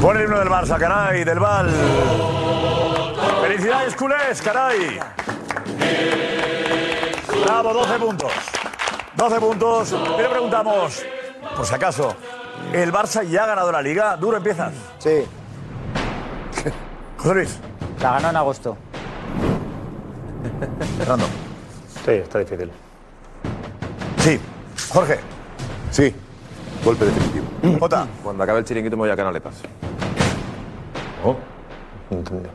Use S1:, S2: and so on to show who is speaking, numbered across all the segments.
S1: Pon el himno del Barça, caray, del Val. Felicidades, culés, caray. Bravo, 12 puntos. 12 puntos. Y le preguntamos, por si acaso, ¿el Barça ya ha ganado la Liga? ¿Duro empiezas?
S2: Sí.
S1: José Luis.
S3: La ganó en agosto.
S1: Fernando.
S4: Sí, está difícil.
S1: Sí. Jorge. Mm.
S5: Sí. Golpe definitivo.
S1: Jota.
S6: Cuando acabe el chiringuito me voy a Canaletas.
S4: Oh, no entiendo.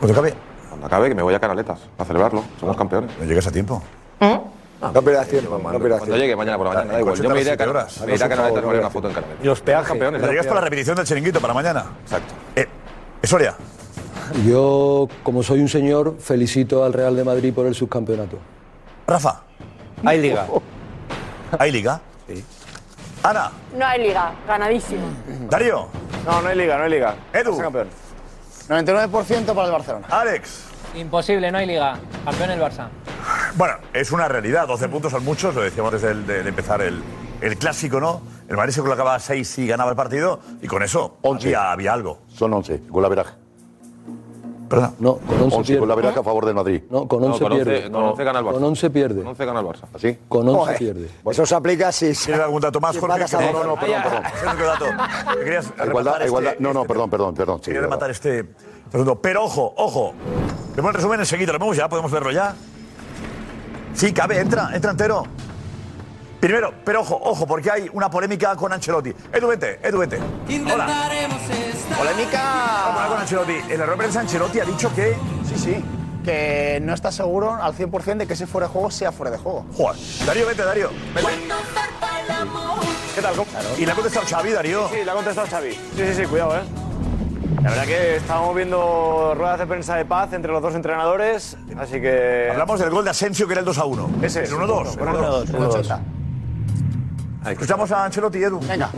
S1: Cuando acabe.
S6: Cuando acabe que me voy a Canaletas a celebrarlo. Somos campeones.
S1: No llegas a tiempo.
S2: No pierdas tiempo. No pierdas
S6: Cuando
S2: tiempo.
S6: llegue mañana por la mañana, da
S1: en
S6: igual. Yo me iré a
S1: 47
S6: Can-
S1: horas.
S6: me iré a
S2: Haznos un
S6: Canaletas
S2: favor,
S6: y me haré una
S2: gracias.
S6: foto en Canaletas.
S4: Y hospedaje.
S6: Campeones.
S1: Pero llegas para la repetición del chiringuito para mañana.
S6: Exacto.
S1: Eh, Soria.
S7: Yo, como soy un señor, felicito al Real de Madrid por el subcampeonato.
S1: Rafa.
S3: Hay liga.
S1: ¿Hay Liga? Sí. Ana.
S8: No hay liga, ganadísimo.
S1: Darío.
S4: No, no hay liga, no hay liga.
S1: Edu.
S4: Es campeón.
S2: 99% para el Barcelona.
S1: Alex.
S9: Imposible, no hay liga. Campeón el Barça.
S1: Bueno, es una realidad. 12 puntos son muchos, lo decíamos desde el, de, de empezar el, el clásico, ¿no? El Madrid se colocaba a 6 y ganaba el partido, y con eso
S5: Once.
S1: había, había algo.
S5: Son 11, con la veraje.
S1: Perdón.
S7: No, con 11
S5: 11 con la
S7: pierde.
S5: veraje a favor del Madrid.
S7: No, con 11
S6: con once-
S7: pierde.
S6: con once gana el Barça.
S7: Con 11 pierde.
S6: Con 11 gana el Barça.
S5: ¿Así?
S7: Con 11
S2: Joder. Pues
S7: pierde.
S2: Eso se aplica si.
S1: ¿Tienes algún dato más,
S2: si
S1: Jorge?
S2: empatas a
S1: Que-
S2: dos.
S5: No, no, perdón, perdón.
S1: Ese es otro dato. que Querías
S5: Igualdad,
S1: rematar
S5: igualdad.
S1: este-
S5: No, no,
S1: este-
S5: Oh, perdón, perdón, perdón. sí,
S1: Quería
S5: de verdad.
S1: rematar este este asunto. Pero ojo, ojo. Le pongo el resumen enseguida, lo vemos ya, podemos verlo ya. Sí, cabe, entra, entra entero. Primero, pero ojo, ojo, porque hay una polémica con Ancelotti. Edu, vente, Edu, vente. Hola.
S2: Polémica.
S1: Hola con Ancelotti. El error de Ancelotti ha dicho que
S2: Sí, sí. Que no está seguro al 100% de que ese fuera de juego sea fuera de juego.
S1: Joder. Darío, vete, Darío. Vete.
S4: ¿Qué tal? ¿Cómo? Claro.
S1: Y le ha contestado Xavi, Darío.
S4: Sí, la ha contestado Xavi. Sí, sí, sí, cuidado, ¿eh? La verdad que estábamos viendo ruedas de prensa de paz entre los dos entrenadores, así que...
S1: Hablamos del gol de Asensio, que era el 2 a 1.
S4: Ese es.
S1: El 1-2. el 1-2.
S2: 80.
S1: Escuchamos a Ancelotti, Edu.
S2: Venga,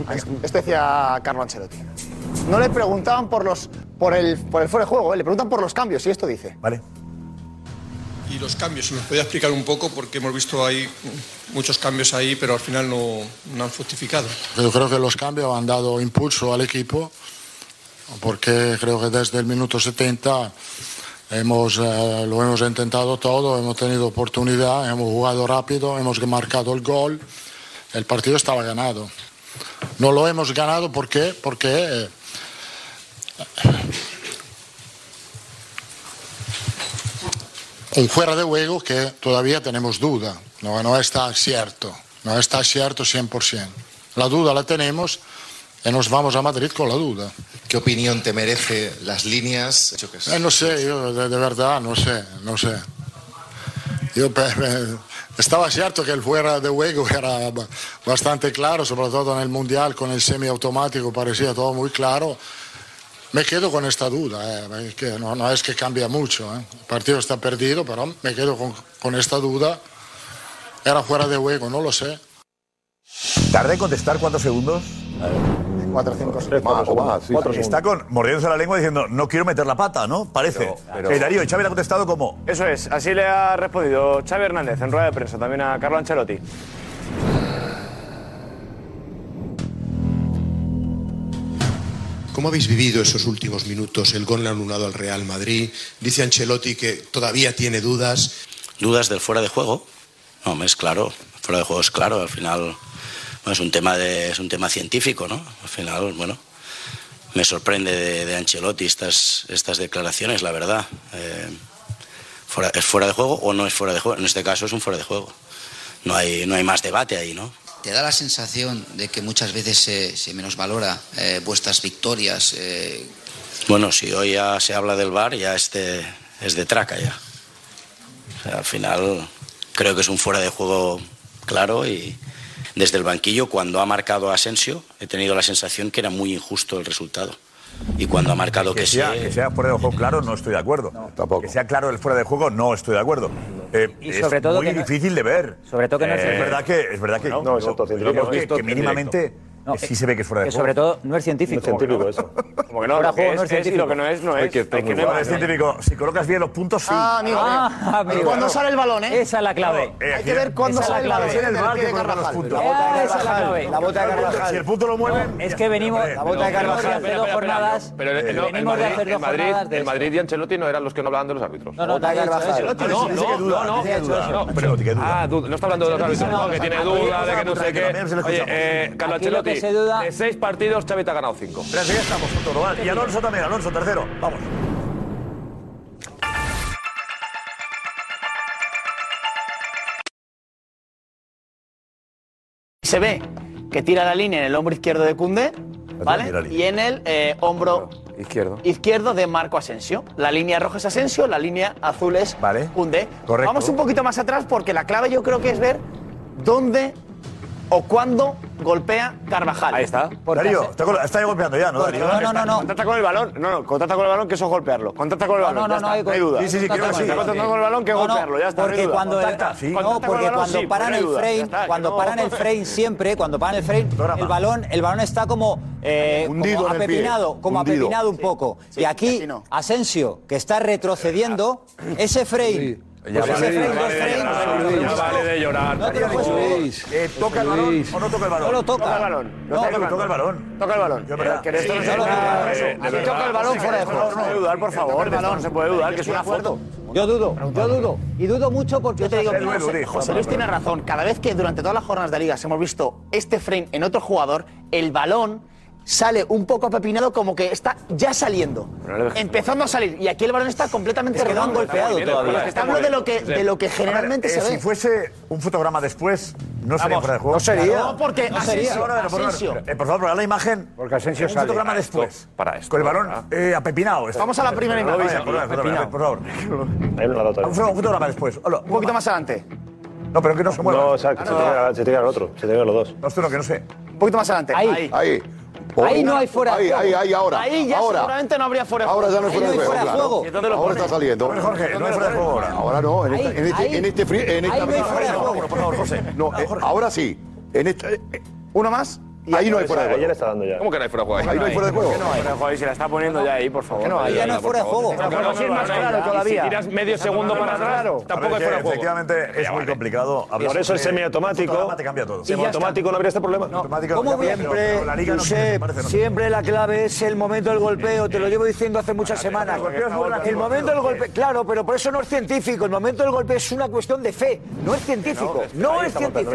S2: esto decía Carlo Ancelotti. No le preguntaban por los por el por el fuera de juego, ¿eh? le preguntan por los cambios y esto dice.
S1: Vale.
S10: Y los cambios, si nos podía explicar un poco, porque hemos visto ahí muchos cambios ahí, pero al final no, no han fructificado.
S11: Yo creo que los cambios han dado impulso al equipo, porque creo que desde el minuto 70 hemos, eh, lo hemos intentado todo, hemos tenido oportunidad, hemos jugado rápido, hemos marcado el gol, el partido estaba ganado. No lo hemos ganado ¿por qué? porque eh, un fuera de juego que todavía tenemos duda, no, no está cierto, no está cierto 100%. La duda la tenemos y nos vamos a Madrid con la duda.
S10: ¿Qué opinión te merece las líneas?
S11: Eh, no sé, yo de, de verdad no sé, no sé. Yo pe- pe- estaba cierto que el fuera de juego era ba- bastante claro, sobre todo en el Mundial con el semiautomático parecía todo muy claro. Me quedo con esta duda, eh, es que no, no es que cambia mucho. eh. El partido está perdido, pero me quedo con, con esta duda. Era fuera de juego, no lo sé.
S1: Tardé en contestar cuántos segundos.
S2: 4 5 6.
S5: Más o más, sí. sí.
S1: Está con mordiéndose la lengua diciendo, no quiero meter la pata, ¿no? Parece.
S6: pero-
S1: Eh, Darío, y Xavi le ha contestado como,
S4: Eso es, así le ha respondido Xavi Hernández en rueda de prensa, también a Carlo Ancelotti.
S10: ¿Cómo habéis vivido esos últimos minutos? El gol anulado al Real Madrid. Dice Ancelotti que todavía tiene dudas.
S12: dudas del fuera de juego. No, hombre, es claro, fuera de juego es claro, al final bueno, es un tema de, es un tema científico, ¿no? Al final, bueno, me sorprende de, de Ancelotti estas estas declaraciones, la verdad. Eh, fuera- ¿Es fuera de juego o no es fuera de juego? En este caso es un fuera de juego. No hay, no hay más debate ahí, ¿no?
S9: ¿Te da la sensación de que muchas veces se, se menosvalora eh, vuestras victorias? eh,
S12: Bueno, si hoy ya se habla del bar, ya este es de traca ya. O sea, al final creo que es un fuera de juego claro y desde el banquillo cuando ha marcado Asensio he tenido la sensación que era muy injusto el resultado y cuando ha marcado
S1: que
S12: que
S1: sea, que sea fuera de juego claro, no estoy de acuerdo.
S5: tampoco.
S1: Que sea claro el fuera de juego, no estoy de acuerdo. Eh,
S3: Y
S1: es
S3: sobre todo
S1: muy
S3: que no-
S1: difícil de ver. Eh,
S3: sobre todo que no es
S1: es
S3: el-
S1: verdad que es verdad que
S4: No,
S1: yo-
S4: exacto,
S1: yo
S4: lo hemos
S1: creo que-
S4: visto
S1: que
S4: en
S1: mínimamente
S3: No,
S1: que sí se ve que es fuera de
S13: que
S1: juego.
S13: sobre todo no es científico.
S1: eso.
S4: Como que no,
S13: Fuera
S4: lo que
S13: juego
S4: es,
S13: no es
S4: es y lo
S13: científico.
S4: que no es, no
S1: Hay
S4: es.
S1: que estar
S4: Hay que
S1: muy
S4: no hay
S1: bueno.
S4: más,
S1: Es
S4: ¿no?
S1: científico. Si colocas bien los puntos, sí.
S14: Ah, amigo.
S13: Ah, amigo.
S14: ¿Cuándo sale el balón, eh?
S13: Esa es la clave.
S1: Eh,
S14: Hay
S1: aquí
S14: que ver cuándo
S13: Esa es la
S14: sale el balón.
S13: clave.
S1: Es el
S14: del
S1: bar
S14: pie
S1: que
S14: de
S1: coloca los
S14: Carvajal.
S1: puntos.
S13: Ah, esa es la clave.
S14: La bota de
S1: Si
S14: Carvajal.
S1: el punto lo mueven.
S13: Es que venimos,
S14: bota de Carvajal.
S13: venimos hace
S14: Espera,
S13: dos jornadas.
S6: Pero el, el- el
S13: venimos de
S6: Madrid,
S13: hacer
S6: el
S13: dos
S6: Madrid,
S13: jornadas de
S6: el
S13: esto.
S6: Madrid y Ancelotti no eran los que no hablaban de los árbitros.
S13: No, no, no,
S14: Bota
S13: ha
S14: de
S13: dicho
S14: Carvajal.
S13: eso.
S1: No, no, no, no,
S6: no,
S1: no, pero que duda.
S6: Ah, du- no está hablando de los árbitros, no, que tiene duda, de que no sé qué. Oye, eh, Carlo
S13: Aquí lo que
S6: Ancelotti,
S13: se duda-
S6: de seis partidos, Xavi te ha ganado cinco.
S1: Pero ya estamos, tonto, ¿vale? Y Alonso también, Alonso, tercero. Vamos.
S2: Se ve que tira la línea en el hombro izquierdo de Cundé, ¿vale?
S1: Tira la línea.
S2: Y en el eh, hombro
S6: Izquierdo.
S2: izquierdo de Marco Asensio. La línea roja es Asensio, la línea azul es
S1: Vale.
S2: Cundé.
S1: Correcto.
S2: Vamos un poquito más atrás porque la clave yo creo que es ver dónde o cuándo golpea Carvajal.
S4: Ahí está.
S13: Porque
S1: Darío,
S13: hace-
S1: está, col- está golpeando ya, ¿no, Darío?
S13: No, no, no, no.
S4: Contacta con el balón. No, no, contacta con el balón, que eso es golpearlo. Contacta con el
S13: No,
S4: balón.
S13: no,
S4: ya
S13: no,
S4: está,
S13: no
S4: no
S13: hay
S4: hay duda.
S1: Sí, sí, sí, creo que sí.
S4: Está contactando con el balón, que
S13: No, no,
S4: golpearlo, ya está. no hay
S13: Porque
S4: duda.
S13: cuando, el-
S1: Contacta, sí.
S13: no,
S4: Contacta con
S13: porque
S4: el balón,
S13: cuando
S4: sí,
S13: paran
S4: no hay
S13: el
S4: duda, ya
S13: frame,
S4: está, que
S13: cuando
S4: no-
S13: paran el frame siempre, cuando paran el frame,
S1: Programa.
S13: el balón, el balón está como, eh, como
S5: Hundido en el pie,
S13: apepinado, como
S5: hundido.
S13: apepinado un poco.
S14: sí,
S13: y
S14: y
S13: aquí
S14: aquí no.
S13: Asensio, que está retrocediendo, ese frame,
S15: Sí.
S13: pues
S15: Ya
S13: ese
S15: vale,
S13: frame,
S15: ya
S13: dos
S15: vale de
S13: frames,
S15: llorar,
S13: no te lo
S15: ya
S13: puedes-
S6: vale de llorar.
S13: No te lo puedes creer.
S15: Luis,
S1: Eh, ¿Toca el
S15: José
S1: balón
S15: Luis.
S1: o no toca el balón?
S13: No lo toca.
S4: Toca el balón.
S13: No,
S1: Toca, toca el balón.
S4: Toca el balón.
S1: Yo, verdad.
S4: Que de esto no se puede
S13: Sí, no, no,
S4: dudar.
S13: no,
S4: de
S13: no,
S4: verdad.
S13: toca el balón
S4: Sí,
S13: fuera de
S4: esto
S13: juego.
S4: No se puede dudar, por favor. de esto No se puede dudar, que es una foto.
S13: Yo dudo, yo dudo, y dudo mucho porque
S2: Yo te digo
S1: Es
S2: que
S1: duelo,
S2: José,
S1: dijo.
S2: José Luis tiene razón. Cada vez que durante todas las jornadas de ligas hemos visto este frame en otro jugador, el balón sale un poco apepinado como que está ya saliendo. Empezando a salir. Y aquí el balón está completamente
S13: que no han
S2: redondo.
S13: golpeado
S2: Está muy bien,
S13: todavía.
S2: está muy bien. Hablo de lo que, de lo que
S1: A ver,
S2: generalmente
S1: eh,
S2: se
S1: si
S2: ve.
S1: fuese un fotograma después, no sería fuera de juego.
S14: No sería.
S2: No, porque Asensio,
S1: Ahora, ahora, por,
S2: Asensio.
S1: favor, eh, por favor, la imagen. Porque
S13: Asensio
S1: un
S13: sale.
S1: fotograma
S6: Para esto,
S1: después.
S6: para esto,
S1: Con el balón
S6: ¿verdad?
S1: eh, apepinado.
S2: Vamos a la primera
S1: Perdona,
S2: imagen.
S1: perdona, perdona, Por favor. Un
S16: No,
S1: fotograma- un fotograma después. Hola.
S2: Un poquito más adelante.
S1: No, pero que no se mueva.
S16: o sea, que se, tenga, se tenga el otro, se tenga los dos.
S1: No, esto no, que no sé.
S2: Un poquito más adelante.
S13: Ahí.
S5: Ahí.
S13: Ahí no hay fuera de
S5: Ahí,
S13: juego.
S5: ahí, ahí, ahora.
S2: Ahí ya
S5: ahora.
S2: seguramente no habría fuera de
S5: Ahora
S2: juego.
S5: ya no es fuera
S13: Ahí
S5: de
S13: no hay
S5: juego.
S13: fuera de
S5: claro.
S13: juego.
S4: ¿Y dónde lo
S5: Ahora
S4: pones?
S5: está saliendo.
S1: A ver, Jorge, no es fuera de juego ahora.
S5: Ahora no, en,
S13: Ahí,
S5: esta, en este,
S13: ahí.
S5: en este fri- en esta
S13: Ahí no hay fuera de
S1: No,
S13: juego.
S1: bueno, por favor, José.
S5: No, eh, ahora sí. En esta, eh, eh,
S2: Uno más. Y
S5: ahí no hay
S16: O
S5: fuera
S16: sea,
S5: de
S16: Ayer
S5: juego.
S16: está dando ya.
S6: ¿Cómo que no hay fuera de juego?
S5: Ahí no hay fuera de juego.
S4: Pero, joder, si la está poniendo ya ahí, por favor.
S2: no hay?
S13: Ya no es fuera de juego.
S4: Vamos a ir más claro
S6: Si
S4: todavía.
S6: tiras medio segundo para atrás, tampoco
S1: A
S6: es
S1: ver,
S6: fuera
S1: que
S6: de juego.
S1: Efectivamente, es muy complicado. hablar
S16: Por eso el
S1: sobre-
S16: semiautomático-
S1: Un fotograma te cambia todo.
S16: Semiautomático no habría este problema.
S1: Automático,
S17: ¿Cómo
S1: ya, pero-
S17: siempre,
S1: pero la liga no sé,
S17: Josep,
S1: parece, no sé.
S17: siempre la clave es el momento del golpeo, te lo llevo diciendo hace muchas semanas.
S1: el golpeo es muy
S17: El
S1: relativo,
S17: momento
S1: pero-
S17: del golpeo, claro, pero por eso no es científico, el momento del golpeo es una cuestión de fe, no es científico, no es científico,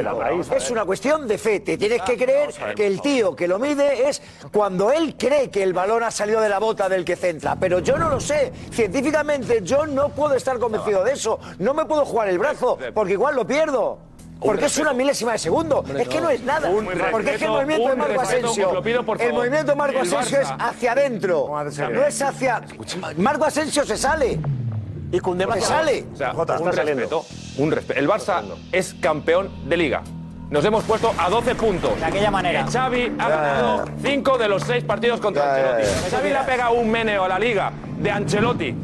S17: es una cuestión de fe, te tienes que creer que el tío que lo mide es cuando él cree que el balón ha salido de la bota del que centra, pero yo no lo sé, científicamente yo no puedo estar convencido de eso, no me puedo jugar el brazo, porque igual lo pierdo. Porque es una milésima de segundo. Es que no es nada.
S6: Un
S17: Porque es que el
S6: respeto,
S17: movimiento de
S6: un
S17: Marco
S6: respeto,
S17: Asensio.
S6: lo pido, por
S17: El
S6: favor.
S17: movimiento de Marco
S6: El
S17: Asensio es
S6: Barça.
S17: hacia adentro. No es hacia. Marco Asensio se sale.
S2: Y Cundé va
S17: Se
S2: hacia abajo.
S17: sale.
S6: O sea,
S1: Jota,
S6: un
S1: está saliendo.
S6: respeto. Un respeto. El Barça es campeón de liga. Nos hemos puesto a 12 puntos.
S13: De aquella manera.
S6: El Eh, Xavi ha ganado 5 de los 6 partidos contra Ancelotti. Xavi le ha pegado un meneo a la liga de Ancelotti.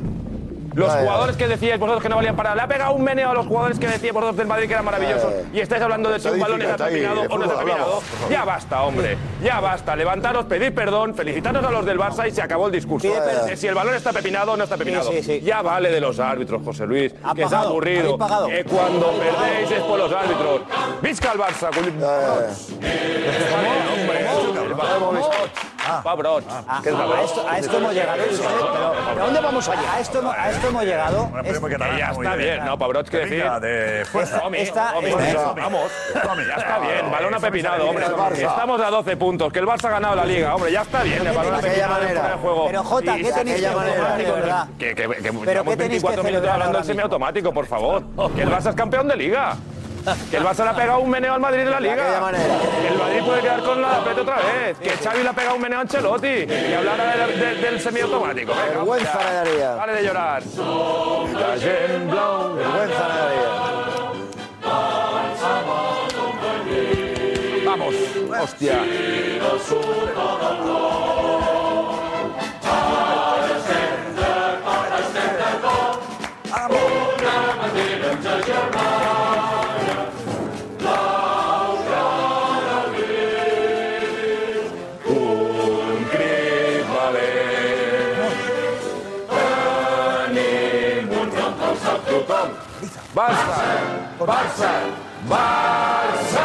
S6: Los jugadores que decíais vosotros que no valían para nada. Le ha pegado un meneo a los jugadores que decíais vosotros del Madrid que eran maravillosos. Y estáis hablando de si un balón es
S5: Estadística, está
S6: atrapinado
S5: ahí, de
S6: o no es
S5: fútbol
S6: atrapinado.
S5: hablamos, por favor.
S6: Ya basta, hombre. Ya basta. Levantaros, pedid perdón, felicitaros a los del Barça y se acabó el discurso. De si el balón está pepinado o no está pepinado.
S13: sí, sí.
S6: Ya vale de los árbitros, José Luis.
S13: Han
S6: que está
S13: pagado,
S6: aburrido.
S13: habéis pagado.
S6: Que cuando perdéis es por los árbitros. Visca el Barça. cul- Está bien, hombre. Ah, Pabroch.
S13: A, a esto, a esto hemos llegado. Luis, ¿eh? Pero, ¿A dónde vamos a llegar? A esto, hemo- a esto hemos llegado.
S1: Bueno,
S13: Es-
S1: pero que
S6: Que ya
S1: está muy
S6: está bien, no, Pabroch, que decir.
S1: Venga, de fuerza.
S6: Tommy,
S13: Esta-
S6: Tommy,
S13: esta-
S6: Tommy, vamos. Tommy, ya está bien. Balón
S1: Tommy,
S6: apepinado,
S1: Tommy,
S6: hombre.
S1: el Barça.
S6: Estamos a 12 puntos. Que el Barça ha ganado la liga, hombre. Ya está bien. El balón
S17: aquella
S6: apepinado
S17: manera.
S6: fuera de juego.
S13: Pero Jota,
S6: Y-
S13: ¿qué tenéis que
S17: aquella manera,
S13: hacer, de verdad?
S6: Que, que, que llevamos
S13: tenéis que
S6: 24 minutos
S13: celebrar
S6: hablando
S13: ahora
S6: del semiautomático, por favor. Que el Barça es campeón de liga. Que el Barça le ha pegado un meneo al Madrid en la liga. Que el Madrid puede quedar con la peta otra vez. Que Xavi le ha pegado un meneo a Ancelotti. Y hablar ahora de- de- del semiautomático. Venga,
S17: Vergüenza
S6: hombre,
S17: le daría.
S6: Dale de llorar.
S17: Vergüenza me daría.
S6: Vamos. Hostia. Barça. Barça. Barça.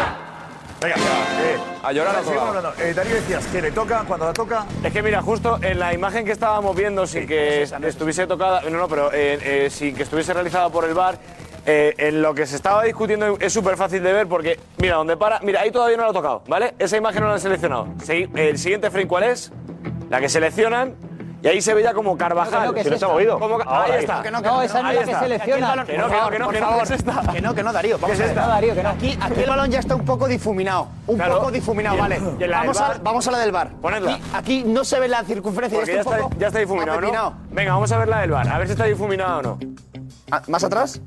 S1: Venga, eh,
S6: a llorar a
S1: Sigamos
S6: todos.
S1: hablando. Eh, Darío decías que le toca cuando la toca.
S4: Es que mira, justo en la imagen que estábamos viendo, sin que estuviese tocada, no, no, pero eh, eh, sin que estuviese realizada por el bar, eh, en lo que se estaba discutiendo es súper fácil de ver porque, mira, donde para, mira, ahí todavía no lo ha tocado, ¿vale? Esa imagen no la han seleccionado. Segui- el siguiente frame, ¿cuál es? La que seleccionan. Y ahí se veía como Carvajal.
S18: No, que no, que es Si no se esta. ha movido.
S4: Como-
S18: Ahora,
S4: ahí
S18: ahí.
S4: está.
S18: Que no, que no, No, esa no es
S4: Ahí
S18: la que
S4: está.
S18: selecciona.
S4: Aquí el balón- Que no, que no, que no, que no es esta.
S2: Que no, que no, Darío. Vamos
S4: ¿Qué es
S2: a ver.
S4: esta? No, Darío, que no.
S2: Aquí, aquí el balón ya está un poco difuminado. Un
S4: Claro.
S2: poco difuminado,
S4: Y el-
S2: vale.
S4: y el
S2: Vamos
S4: del
S2: a,
S4: bar.
S2: vamos a la del bar.
S4: Ponedla.
S2: Aquí, aquí no se ve la circunferencia.
S4: Porque ya
S2: está un
S4: está,
S2: poco
S4: ya está difuminado,
S2: apepinado.
S4: ¿no? Venga, vamos a ver la del bar. A ver si está difuminado o no.
S5: Ah,
S2: ¿Más atrás?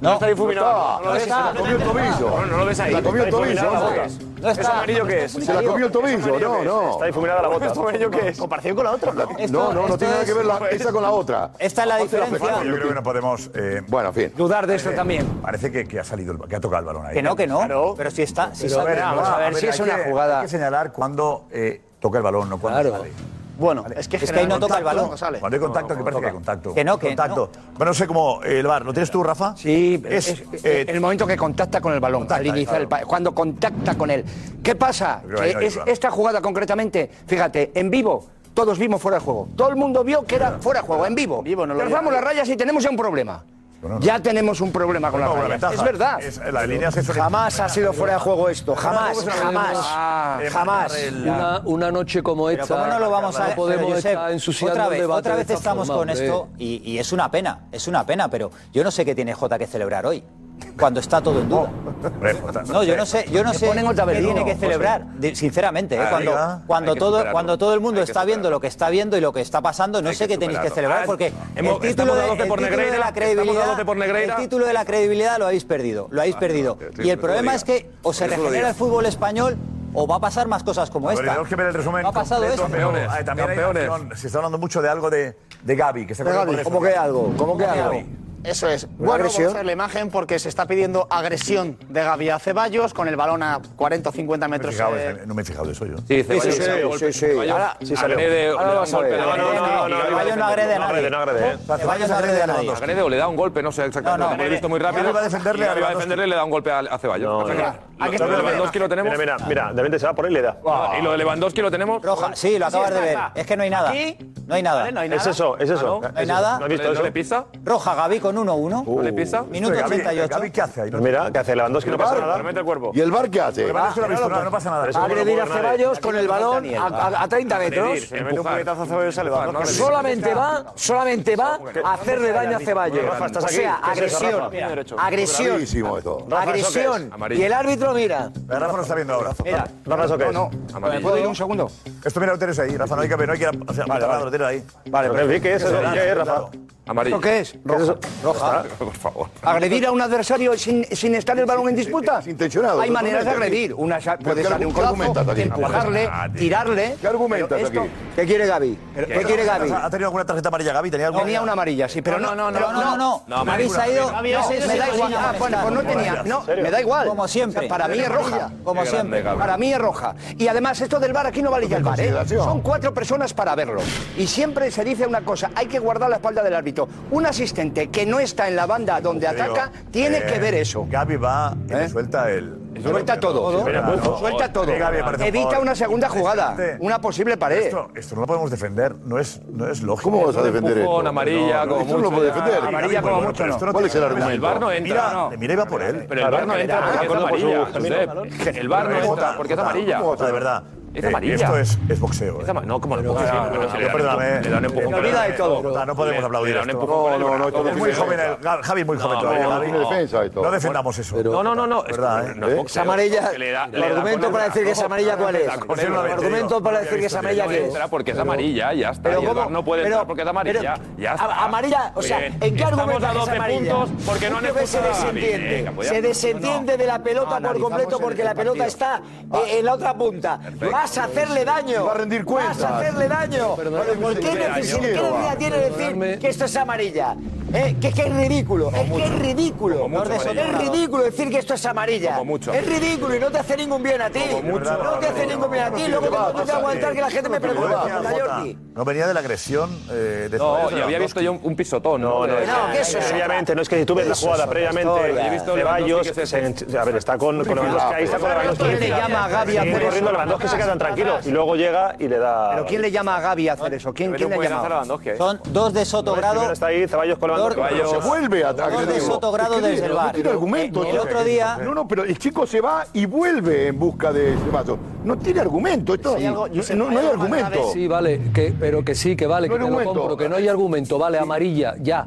S4: No, está difuminado.
S2: no está. No
S4: lo ves.
S2: está.
S4: Se la comió el tobillo. No, no lo ves ahí.
S5: Se la comió el
S4: Está
S5: tobillo,
S4: difuminada la
S5: no.
S4: bota.
S5: No está.
S4: ¿Eso amarillo qué es?
S5: Se la comió el tobillo, no, no.
S4: Está difuminada la bota.
S5: ¿Esto
S4: amarillo qué es?
S2: Comparación con la otra. ¿no?
S5: no, no, no tiene nada que ver la, esa con la otra.
S1: Esta es la
S5: Aparte
S1: diferencia.
S5: flexión.
S1: Yo creo que no podemos.
S5: bueno, en fin.
S1: Dudar
S5: de eso también.
S1: Parece que, que ha salido, el, que ha tocado el balón ahí.
S3: Que no, que no. Pero si está. Si
S1: Pero
S3: sale- vamos
S1: no,
S3: a ver si
S1: hay
S3: es una
S1: que- Hay
S3: jugada.
S1: que señalar cuando eh, toca el balón, no cuando sale.
S2: Bueno,
S1: es
S2: que
S3: Es que ahí no toca el balón.
S1: Cuando hay contacto, que parece que hay contacto.
S3: Que no, que
S1: contacto. Bueno, no sé cómo eh, el bar. ¿Lo tienes tú, Rafa?
S3: Sí,
S1: Es,
S3: es,
S1: eh,
S3: el momento que contacta con el balón, al iniciar el pa- cuando contacta con él. ¿Qué pasa?
S1: Yo creo que ahí
S3: Que
S1: no
S13: eh,
S1: hay
S3: es-
S1: duda.
S3: esta jugada concretamente, fíjate, en vivo, todos vimos fuera de juego. Todo el mundo vio que era fuera de juego, en vivo.
S2: no lo
S3: Nos
S2: vio
S3: vamos
S2: nadie.
S3: las rayas y tenemos ya un problema. Ya tenemos un problema con
S1: No,
S3: las
S1: la
S3: rayas.
S1: ventaja
S3: es verdad.
S1: es- las líneas es-
S17: Jamás ha sido fuera de juego esto. Jamás,
S1: Fuera de juego es una
S17: jamás,
S1: ventaja. Eh,
S17: jamás.
S1: marcar el-
S7: Una, una noche como
S17: Pero
S7: esta.
S17: ¿cómo no lo
S13: vamos a
S7: no podemos
S13: pero, Josep,
S7: estar ensuciando
S13: otra
S7: el
S13: vez,
S7: debate
S13: otra
S7: de
S13: vez
S7: esta
S13: estamos
S7: forma,
S13: con
S7: hombre.
S13: esto y, y es una pena, es una pena, pero yo no sé qué tiene Jota que celebrar hoy, cuando está todo en duda. No, yo no sé, yo no
S3: Que
S13: sé
S3: ponen otra vez
S13: qué
S3: Dino,
S13: tiene que
S3: José.
S13: celebrar, de- sinceramente, ¿eh?
S3: Ah,
S13: cuando,
S3: venga,
S13: cuando
S3: hay que
S13: todo
S3: superarlo.
S13: cuando todo el mundo
S3: Hay que
S13: está viendo lo que está viendo y lo que está pasando, no sé qué tenéis que
S6: superarlo.
S13: celebrar
S6: Ah,
S13: porque
S6: hemos-
S13: el título
S6: estamos a
S13: de,
S6: 12
S13: el
S6: por
S13: título de
S6: Negreira,
S13: la
S6: estamos a 12 por
S13: credibilidad,
S6: Negreira.
S13: el título de la credibilidad lo habéis perdido, lo habéis perdido.
S1: tío,
S13: Y el
S1: no
S13: problema
S1: digas.
S13: es que o se
S1: No lo
S13: regenera
S1: digas.
S13: el fútbol español o va a pasar más cosas como
S1: Pero
S13: esta.
S1: tenemos que ver el resumen.
S13: No ha pasado
S1: completo,
S13: eso.
S1: pero,
S13: Campeones,
S1: eh, también hay
S13: campeones.
S1: acción. se está hablando mucho de algo de, de Gaby. Que se
S17: Gavi, ¿cómo que algo? ¿Cómo que algo?
S2: Eso es.
S17: ¿Una
S2: Bueno,
S17: agresión?
S2: vamos a ver la imagen porque se está pidiendo agresión de Gaby a Ceballos con el balón a 40 o 50
S1: No me, he
S2: metros.
S1: fijado,
S2: eh,
S1: en- no me he fijado de eso yo.
S2: Sí, Ceballos, Sí, sí, sí,
S1: Ahora-
S2: sí, sí, sí.
S1: Ahora-
S2: Sí,
S1: ahora
S2: salió.
S1: viene-
S2: Ahora
S1: le da
S2: vamos
S1: un
S2: a ver.
S1: golpe.
S2: No, no, no, no,
S1: Ceballos
S6: no agrede a nadie.
S1: No agrede, ¿eh? Ceballos
S6: Ceballos
S1: no agrede a nadie.
S6: Agrede o le da un golpe, no sé exactamente.
S1: No, no.
S6: porque lo he visto muy rápido.
S1: Gavi va a defenderle
S6: Y Gavi va
S1: a
S6: a
S1: Lewandowski.
S6: defenderle, le da un golpe a, a Ceballos. O sea que lo-
S1: Aquí
S6: lo
S1: está
S6: de
S1: la
S6: Lewandowski lo tenemos.
S18: Mira, mira, mira, de repente se va por él y le da.
S6: Y lo de Lewandowski lo tenemos.
S13: Roja, sí, lo acabas
S6: está,
S13: de ver.
S6: está.
S13: Es que no hay nada. No hay nada.
S6: Vale, no hay
S18: Es eso, es
S4: Ah,
S18: eso.
S13: No hay nada.
S18: ¿No has visto
S6: ¿No
S18: eso?
S6: le pisa?
S13: Roja, Gaby con 1-1.
S6: ¿No le pisa?
S13: Minuto 88.
S1: ¿Qué hace ahí?
S18: Pues mira, que hace Lewandowski, no pasa nada.
S6: Mete el cuerpo.
S5: ¿Y el bar qué hace?
S1: Lewandowski no ha visto nada, no pasa nada. pues,
S18: Eso
S17: Va a
S18: no lo
S17: agredir a
S18: puede nadie.
S17: Ceballos con el balón a, a- a 30 metros.
S18: Se le mete un puñetazo a Ceballos y se le va.
S17: Porque solamente va, solamente va a hacerle daño a Ceballos.
S18: Rafa, estás
S17: O
S18: aquí.
S17: sea,
S18: ¿Qué es eso,
S17: agresión.
S18: Rafa?
S17: Agresión. Agresión.
S5: Bravísimo esto.
S17: Agresión. Y el árbitro mira.
S1: Pero Rafa lo está viendo ahora.
S17: Mira.
S1: Rafa, ¿eso qué es?
S17: No, no. ¿Me puedo ir un segundo?
S1: Esto mira lo tienes ahí, Rafa, no hay que ver, no hay que ir a- o sea,
S18: Vale,
S1: apuntar
S18: vale.
S1: lo tienes ahí.
S18: Vale, pero ¿qué es eso? ¿Qué es, Rafa?
S6: Amarillo.
S17: ¿Esto qué es? Roja. Roja.
S6: Por favor.
S17: ¿Agredir a un adversario sin, sin estar el balón en disputa?
S5: intencionado,
S17: Hay maneras de
S5: totalmente.
S17: agredir. Una, sa-
S5: ¿Qué
S17: puedes darle un
S5: argu- qué argumentas
S17: codazo,
S5: aquí?
S17: empujarle,
S5: Ah, tío.
S17: tirarle.
S5: ¿Qué argumentas
S17: Pero esto-
S5: aquí?
S17: ¿Qué quiere Gaby? ¿Qué quiere Gaby?
S1: ¿Ha tenido alguna tarjeta amarilla Gaby? ¿Tenía alguna?
S17: Tenía una amarilla, sí, pero no, no, no,
S13: Pero no, no, no. Me habéis ido.
S17: No,
S13: me
S17: me da igual. Ah, bueno, pues no tenía. No, me da igual.
S13: Como siempre.
S17: O sea, para mí es roja.
S13: Como
S17: Qué
S13: siempre.
S17: grande, Para mí es roja. Y además, esto del bar aquí no vale ya el bar, ¿eh?
S5: consideración.
S17: Son cuatro personas para verlo. Y siempre se dice una cosa: hay que guardar la espalda del árbitro. Un asistente que no está en la banda donde
S1: Te
S17: ataca
S1: digo,
S17: tiene
S1: eh,
S17: que ver eso. ¿Eh?
S1: Gaby va y le suelta el.
S17: Suelta todo.
S1: Mira, no.
S17: Suelta todo.
S1: Eh, Gaby, parece un
S17: Evita
S1: jugador.
S17: una segunda jugada. Una posible pared.
S1: Esto, esto no lo podemos defender, no es, no es lógico.
S5: ¿Cómo vas a defender esto?
S6: Con amarilla,
S5: No, no,
S6: como
S5: esto no
S6: mucho.
S5: lo puede defender.
S6: ya. Amarilla
S5: Gaby,
S6: como
S5: bueno,
S6: mucho.
S5: pero
S6: no.
S5: esto no ¿Cuál es el
S6: Pero
S5: argumento?
S6: El bar no entra,
S1: Mira,
S6: no.
S1: le mira y va por él.
S6: Pero el bar no entra porque es amarilla. Josep. El bar no entra porque es amarilla.
S1: O sea, de verdad.
S6: Es
S1: eh,
S6: amarilla.
S1: Esto es, es boxeo. eh.
S6: Es ama- No, como el empuje siempre, pero se le
S1: Yo,
S6: da un
S1: perdóname.
S6: empujón, le da un empujón.
S1: Se
S6: con el
S1: olvida de
S6: brazo.
S1: todo. No, no podemos
S6: Le-
S1: aplaudir
S6: le da un
S1: esto.
S6: empujón con el brazo.
S1: Es muy joven, el- Javi es muy joven
S6: No,
S1: todavía.
S6: no,
S1: Javi.
S6: no.
S5: defensa y todo.
S1: No defendamos eso.
S6: No, no, no, no. es-
S1: ¿Verdad, eh?
S6: no es boxeo,
S17: Es amarilla.
S6: se le da-
S17: El
S6: le da con
S17: argumento
S6: el
S17: para decir que es
S6: brazo.
S17: amarilla, ¿cuál es?
S6: Le da con el
S17: El
S6: brazo.
S17: argumento para decir que es amarilla,
S6: No
S17: ¿qué es?
S6: entra porque es amarilla, ya está.
S17: Pero
S6: y el
S17: ¿cómo?
S6: bar no puede
S17: Pero-
S6: entrar porque es amarilla.
S17: pero-
S6: ya está.
S17: a- amarilla, o sea,
S6: Bien.
S17: ¿en qué
S6: Estamos
S17: argumento
S6: a
S17: es
S6: 12
S17: amarilla?
S6: puntos porque no han
S17: Creo que se
S6: expulsado a Gavi.
S17: desentiende.
S6: Venga, pues ya
S17: se
S6: está.
S17: desentiende de la pelota por completo porque la pelota está eh, en la otra punta. Vas a hacerle daño.
S5: Va a rendir cuentas.
S17: Vas a hacerle daño.
S5: Perdonadme,
S17: ¿Por qué
S5: señor.
S17: decisión? ¿Qué
S5: Perdonadme.
S17: necesidad tiene decir que esto es amarilla? ¿eh? que es que es ridículo, es que es ridículo.
S6: Como mucho,
S17: No es
S6: amarillo.
S17: ridículo decir que esto es amarilla.
S6: Como mucho.
S17: Es ridículo y no te hace ningún bien a ti.
S6: mucho.
S17: no te hace ningún bien a ti. Luego tengo que aguantar que la gente me pregunte. "Hola, Jordi".
S1: No venía de la agresión eh, de
S6: No, y había visto yo un, un pisotón. No,
S1: no,
S18: no, que eso es Previamente, no es que si tú ves la jugada previamente, Ceballos, se- a ver, está con con Lewandowski, ahí está con Lewandowski.
S19: ¿Quién le llama a Gaby
S18: Sigue
S19: a hacer eso?
S18: corriendo Lewandowski se quedan tranquilos y luego llega y le da...
S19: ¿Pero quién le llama a Gaby a hacer eso? ¿Quién, quién le ha llamado?
S13: Son dos de Soto
S18: Primero
S13: Grado.
S18: está ahí Ceballos con Lewandowski.
S5: Pero se vuelve a atacar.
S13: Dos de Soto Grado desde el
S5: No
S13: bar.
S5: tiene argumento.
S13: El
S5: tío.
S13: otro día-
S5: No, no, pero el chico se va y vuelve en busca de ese vaso. No tiene argumento. Esto, no, no hay argumento.
S7: Sí, vale, que, pero que sí, que vale,
S5: No
S7: que
S5: hay
S7: te lo
S5: argumento.
S7: compro, que no hay argumento, vale, amarilla, ya.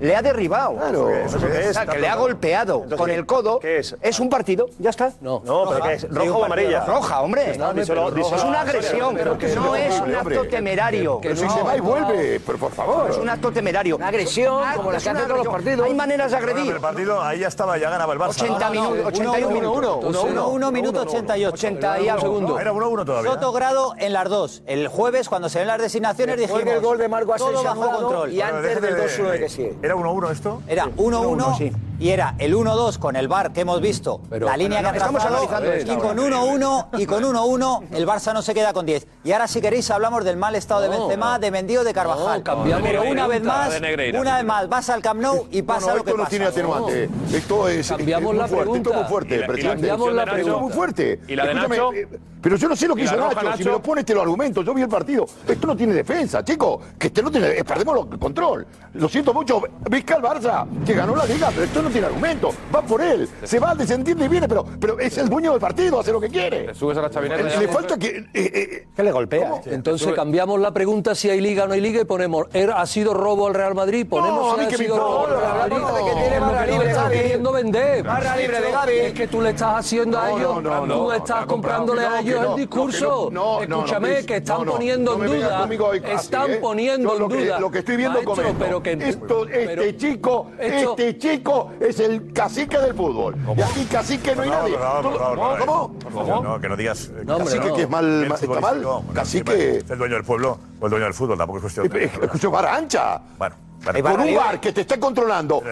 S3: le ha derribado.
S18: Claro. ¿Eso qué es?
S3: O sea, que le ha golpeado con el codo. es? un partido, ya está. No,
S18: No, pero ¿qué es?
S3: Sí,
S18: ¿Roja o
S3: un partido.
S18: amarilla?
S3: Roja, hombre.
S18: No, díselo- díselo-
S3: es una agresión,
S18: Pero que
S3: no
S18: hombre,
S3: es un
S18: hombre.
S3: acto temerario.
S5: Pero si se va y vuelve, pero por favor.
S3: Es un acto temerario. Ah, Una
S17: agresión,
S1: como las que
S3: hacen todos los partidos. Hay maneras de
S1: Bueno, pero
S3: agredir.
S1: el partido ahí ya estaba, ya ganaba el Barça.
S3: 80
S1: No, no,
S3: minutos,
S1: no,
S3: 81 minutos.
S13: 1-1, minuto 88.
S3: 80 y algo.
S1: Era 1-1 todavía.
S13: Soto Grado en las dos. El jueves, cuando se ven las designaciones,
S17: Después
S13: dijimos...
S17: del gol de Marco Asensio
S13: todo bajo
S17: anulado
S13: control.
S17: y antes Bueno, del déjate de- 2-1 que sigue.
S1: ¿Era 1-1 esto?
S13: Era 1-1 y era el 1-2 con el VAR que hemos visto. la línea
S3: pero
S13: que
S3: no, estamos
S13: ha trazado,
S3: analizando
S13: Y
S3: esto
S13: con
S3: ahora.
S13: 1-1 y con 1-1 el Barça no se queda con 10. Y ahora si queréis hablamos del mal estado de
S3: No.
S13: Benzema, de Mendío, de Carvajal.
S3: No, cambiamos
S13: Pero
S3: de
S13: una vez
S3: pregunta,
S13: más,
S3: de Negreira.
S13: una vez más vas al Camp Nou y pasa
S5: no,
S13: lo que
S5: esto no
S13: pasa.
S5: tiene atenuante. Esto es,
S7: Cambiamos
S5: es muy
S7: la
S5: fuerte,
S7: pregunta.
S5: esto es muy
S7: Y
S5: fuerte,
S7: la- y la
S5: presidente.
S7: cambiamos la
S5: Esto
S7: pregunta.
S5: Es muy fuerte.
S7: ¿Y la de
S5: Escúchame,
S7: Nacho?
S5: eh, Pero yo no sé lo que
S7: ¿Y la
S5: hizo
S7: roja,
S5: Nacho. Si
S7: Nacho?
S5: me lo pones, te lo argumento. Yo vi el partido. Esto no tiene defensa, chico. Que este no tiene, eh, perdemos lo- el control. Lo siento mucho. Vizca el Barça, que ganó la liga, pero esto no tiene argumento. Va por él. Se va a descendir y viene, pero, pero es el dueño del partido, hace lo que quiere. Le
S6: subes a la chavineta.
S5: Le falta que.
S3: Que le golpea.
S7: Entonces cambiamos la pregunta si hay liga o no hay liga y ponemos ¿er- ¿ha sido robo al Real Madrid? Ponemos
S5: No, a
S7: si
S5: mí
S7: ha
S5: que me
S7: sido robo al
S5: importa,
S7: Real Madrid.
S5: no.
S7: Es que no
S5: libre,
S7: estás
S5: Gavi.
S7: queriendo vender.
S5: Barra libre de Gavi.
S7: Es que tú le estás haciendo a
S5: No,
S7: ellos,
S5: no, no,
S7: tú
S5: no,
S7: estás
S5: no,
S7: comprándole
S5: no,
S7: a
S5: que
S7: ellos
S5: no,
S7: el
S5: que
S7: discurso.
S5: no, no, no,
S7: Escúchame,
S5: please,
S7: que están
S5: no, no,
S7: poniendo
S5: no me
S7: en
S5: vengas
S7: duda.
S5: conmigo hoy así,
S7: están
S5: ¿eh?
S7: poniendo
S5: Yo lo
S7: en
S5: que-
S7: duda.
S5: Lo que estoy viendo
S7: Maestro,
S5: comento.
S7: pero que
S5: Esto-
S7: pero-
S5: este chico,
S7: Esto-
S5: este chico es el cacique del fútbol. Y aquí cacique no hay
S1: Por
S5: nadie.
S1: favor, por favor, por
S5: Todo-
S1: favor, por favor.
S5: ¿Cómo?
S1: No, No, que no digas. eh,
S5: No, hombre, Cacique, no. que es mal-
S1: Bien
S5: mal- está
S1: futbolístico,
S5: mal.
S1: hombre,
S5: Cacique.
S1: siempre Es el dueño del pueblo o el dueño del fútbol, tampoco es cuestión de.
S5: Escucho, vara ancha.
S1: Bueno, Eh,
S5: Con un bar que te esté controlando.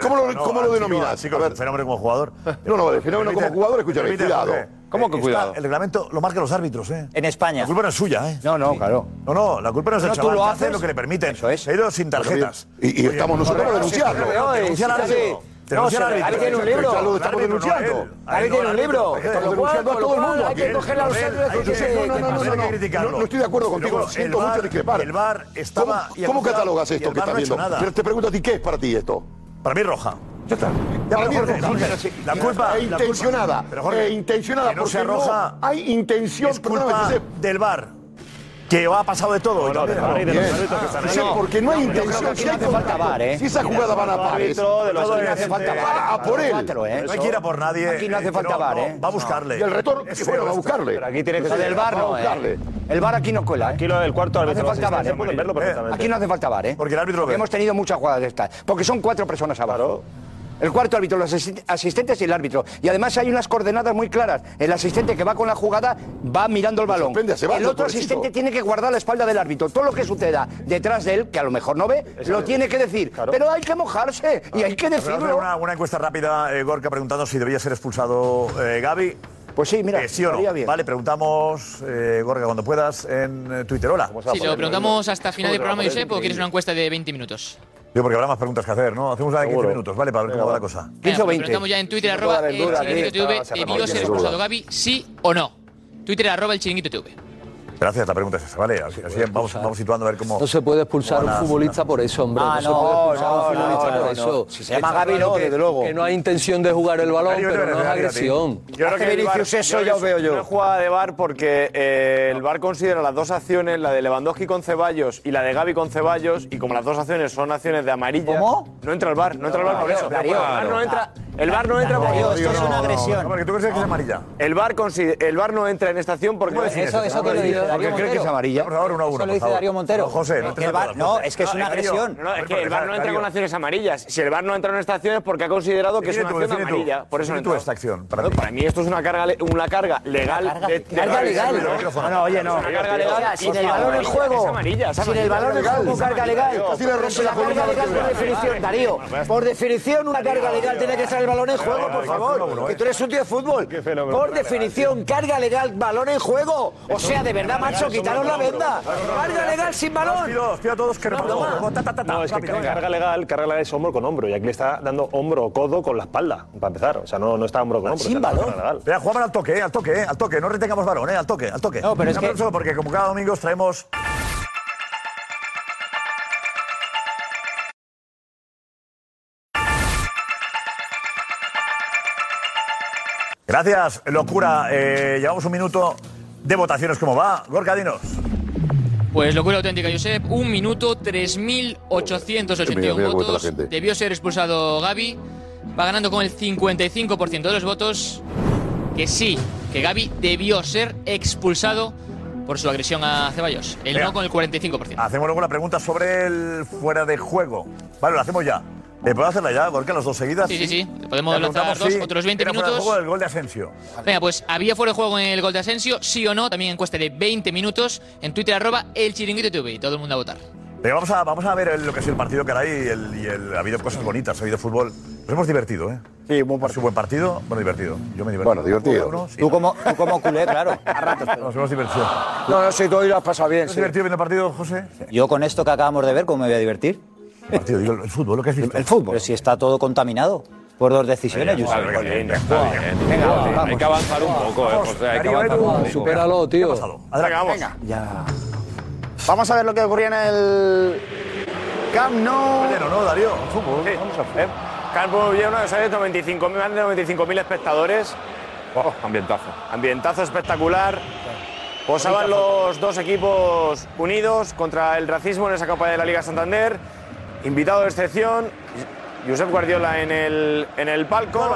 S5: ¿Cómo lo, cómo lo denominas?
S1: Sí, el fenómeno como jugador.
S5: No, no, el fenómeno como jugador, escúchame,
S1: Permite,
S5: cuidado.
S1: Jorge.
S5: ¿Cómo
S1: Eh,
S5: que
S1: está-
S5: cuidado?
S1: El reglamento lo marcan los árbitros, ¿eh?
S13: En España.
S1: La culpa no es suya, ¿eh?
S3: No, no, claro.
S1: No, no, la culpa no es del
S3: No, tú
S1: chaval.
S3: lo
S1: que hace
S3: haces.
S1: lo que le permiten. He ido sin tarjetas.
S5: Y- y estamos nosotros para denunciarlo.
S1: Denunciar al árbitro. Denunciar al árbitro.
S17: tiene un libro.
S5: Ya lo estamos denunciando.
S17: David tiene un libro. Con lo cual,
S5: denunciando
S17: con
S5: a
S17: lo
S5: todo el
S17: cual
S5: mundo.
S17: hay que coger a los árbitros con
S5: Yo sé, no, no, no, no, no, no, no, no estoy de acuerdo contigo.
S1: Luego, el
S5: siento
S1: VAR
S5: mucho discrepar.
S1: el VAR estaba y
S5: ¿Cómo, cómo
S1: anunciaba-
S5: catalogas
S1: y
S5: esto
S1: el
S5: que
S1: VAR
S5: estás
S1: no ha hecho
S5: viendo?
S1: nada.
S5: Pero te pregunto a ti, ¿qué es para ti esto?
S1: Para mí roja.
S5: Ya está.
S1: pero
S5: Para mí
S1: Jorge,
S5: es roja.
S1: Jorge, la culpa-
S5: E
S1: la
S5: intencionada.
S1: culpa- Pero Jorge,
S5: e intencionada.
S1: que no
S5: porque
S1: sea roja
S5: hay intención.
S1: Es culpa
S5: perdóname, Josep.
S1: del VAR. Que ha pasado de todo.
S18: no,
S1: hoy también.
S18: del VAR y de los árbitros que están ahí.
S5: Josep, porque no hay
S3: creo que
S5: intención.
S3: aquí
S5: Si
S3: no
S5: hay
S3: hace falta
S5: contacto,
S3: VAR, ¿eh?
S5: Si esa jugada van a pares.
S18: árbitro, de los
S5: todo
S18: árbitros.
S5: es-
S3: No hace falta
S5: Va
S3: VAR.
S5: a por él.
S3: Cuatro, ¿eh?
S1: No hay que ir a por nadie.
S3: Aquí no hace
S1: eh,
S3: falta VAR, ¿eh?
S1: Va a buscarle.
S5: Y el retorno,
S1: Es
S5: que bueno,
S1: feo
S5: va a
S1: esto.
S5: buscarle.
S18: Pero aquí tiene que
S3: Lo
S18: ser.
S3: del VAR no,
S5: Vamos a
S3: ¿eh?
S5: buscarle.
S3: El VAR aquí no cuela, ¿eh?
S18: Aquí lo del cuarto árbitro.
S3: falta
S18: sí,
S3: VAR,
S18: sí,
S3: ¿eh?
S18: Pueden verlo
S1: Eh,
S18: perfectamente.
S3: Aquí no hace falta VAR, ¿eh?
S1: Porque el árbitro lo
S3: Porque
S1: ve.
S3: hemos tenido muchas jugadas de estas. Porque son cuatro personas abajo. El cuarto árbitro, los asist- asistentes y el árbitro. Y además hay unas coordenadas muy claras. El asistente que va con la jugada va mirando el balón.
S5: sorprende a Ceballos,
S3: el otro
S5: pobrecito.
S3: asistente tiene que guardar la espalda del árbitro. Todo lo que suceda detrás de él, que a lo mejor no ve, lo tiene que decir. Pero hay que mojarse y hay que
S1: Vamos a hacer
S3: decirlo.
S1: Una, una encuesta rápida, eh, Gorka, preguntando si debía ser expulsado eh, Gaby.
S3: Pues sí, mira,
S1: Eh, sí o
S3: estaría
S1: no.
S3: bien.
S1: Vale, preguntamos, eh, Gorka, cuando puedas, en eh, Twitter. Hola.
S20: Si lo preguntamos hasta final del programa, Josep, o quieres una encuesta de 20 minutos.
S1: Yo, porque habrá más preguntas que hacer, ¿no? Hacemos una de 15 minutos, ¿vale? Para ver cómo va la cosa.
S20: Venga, pues preguntamos ya en Twitter,
S1: puede
S20: arroba
S1: haber
S20: el
S1: duda,
S20: chiringuito
S1: aquí
S20: TV,
S1: está, se
S20: debió
S1: remonta,
S20: ser
S1: sin
S20: expulsado
S1: duda.
S20: Gaby, sí o no. Twitter, arroba el chiringuito TV.
S1: Gracias, la pregunta es esa, ¿vale? Así, así vamos, vamos situando a ver cómo.
S7: No se puede expulsar a un
S1: Buenas,
S7: futbolista por eso, hombre.
S1: Ah,
S7: no, se
S1: no,
S7: puede expulsar a un
S1: no,
S7: futbolista
S1: no,
S7: por
S1: no,
S7: eso.
S1: no. Si se llama
S7: Está
S1: Gaby, no,
S7: claro que-
S1: desde luego.
S7: Que no hay intención de jugar el balón,
S1: Ahí,
S7: pero
S1: espera,
S7: no es
S1: espera,
S7: agresión.
S4: Yo creo que el VAR- creo que es Una jugada de VAR porque eh, el VAR considera las dos acciones, la de Lewandowski con Ceballos y la de Gaby con Ceballos, y como las dos acciones son acciones de amarilla, no entra el VAR, no entra el VAR por eso.
S6: Darío,
S4: El VAR no entra El VAR no entra
S13: No,
S4: porque.
S13: yo, esto es una agresión.
S1: porque tú crees que es amarilla.
S4: El VAR, consi- el VAR no entra en esta acción porque.
S13: ¿Cómo defines Eso- esto? eso que lo dice Darío
S4: Porque cree que es
S13: Montero.
S4: amarilla.
S13: Vamos ahora uno a uno, Eso lo por dice favor. Darío Montero. No, José, no te
S4: el
S13: salgas
S4: VAR-
S13: las cosas. No, eh,
S4: No,
S13: Darío,
S4: es que
S13: Darío,
S4: el VAR no entra
S1: Darío.
S4: con acciones amarillas. Si el VAR no entra en esta acción es porque ha considerado que es
S1: Define
S4: una
S1: tú,
S4: acción
S1: define tú.
S4: amarilla. Por eso no
S1: Define tú
S4: entra.
S1: esta acción, para
S4: Para, mí esto es una carga, le- una carga legal. de- de-
S17: Carga
S4: de-
S17: legal.
S4: de- de-
S17: No, no, oye, no.
S4: Es una carga
S17: O
S4: legal.
S17: sea, sin
S4: y
S17: el
S4: es
S17: valor del
S4: amarilla,
S17: juego.
S4: Es amarilla, es
S17: sin el
S4: amarilla.
S17: valor del juego,
S4: Es amarilla,
S17: carga legal.
S4: Darío.
S17: Pero si la carga legal, por definición, Darío. Por definición, una carga legal tiene que ser el balón en juego, por favor. Que tú eres un tío de fútbol. Por definición, carga legal, balón en juego. O sea, de verdad, macho, quitaros la venda. Carga legal sin balón.
S1: Pido a todos que rematan.
S18: No, es que carga legal, carga legal es hombro con hombro. Y aquí le está dando hombro o codo con la espalda, para empezar. O sea, no, no está hombro con hombro. está carga legal.
S1: Espera, jugamos al toque, eh, al toque, eh, al toque. No retengamos varón, eh, al toque, al toque. No,
S18: pero es que-
S1: Porque como cada domingo os traemos Gracias, locura. Eh, llevamos un minuto de votaciones. ¿Cómo va? Gorka, dinos.
S20: Pues locura auténtica, Josep. Un minuto, 3.881
S5: Mira, mira cómo está la
S20: votos.
S5: gente.
S20: Debió ser expulsado Gaby. Va ganando con el 55% de los votos. Que sí, que Gaby debió ser expulsado por su agresión a Ceballos. El
S1: Venga.
S20: no con el 45%.
S1: Hacemos luego la pregunta sobre el fuera de juego. Vale, lo hacemos ya. Eh, ¿Puedo hacerla ya, Gorka, las dos seguidas?
S20: Sí, sí, sí. Podemos
S1: Le
S20: lanzar
S1: preguntamos
S20: dos, otros 20
S1: era fuera de
S20: minutos.
S1: juego el gol de Asensio.
S20: Venga, pues había fuera de juego en el gol de Asensio, sí o no, también encuesta de 20 minutos en Twitter arroba el chiringuito TV todo el mundo a votar.
S1: Venga, vamos, a, vamos a ver el- lo que es el partido que hay y, el, y el- ha habido cosas bonitas, ha habido fútbol. Nos hemos divertido, ¿eh? Sí, buen partido. buen partido, bueno, divertido. Yo me divertí.
S5: Bueno, divertido.
S1: tú, como, tú como culé, claro. A ratos. Nos hemos divertido.
S17: No, no, si tú hoy lo has pasado bien.
S1: ¿Has divertido viendo el partido, José?
S13: Yo con esto que acabamos de ver, ¿cómo me voy a divertir?
S1: el, fútbol, lo que es
S13: El fútbol. Pero si está todo contaminado por dos decisiones,
S6: Venga,
S13: Josep.
S6: venga,
S18: ¿eh?
S6: venga, está bien. Venga, vamos. Hay que avanzar un poco, eh, José, hay que avanzar un poco.
S7: Supéralo, tío.
S1: Venga,
S2: vamos. Venga. Ya. Vamos a ver lo que ocurría en el Camp Nou.
S1: no, Darío.
S4: Sí. Eh, Campo Villena, que sale de 95.000, más de 95.000 espectadores.
S6: ambientazo.
S4: Ambientazo espectacular. Posaban los dos equipos unidos contra el racismo en esa campaña de la Liga Santander. Invitado de excepción, Josep Guardiola en el, en el palco.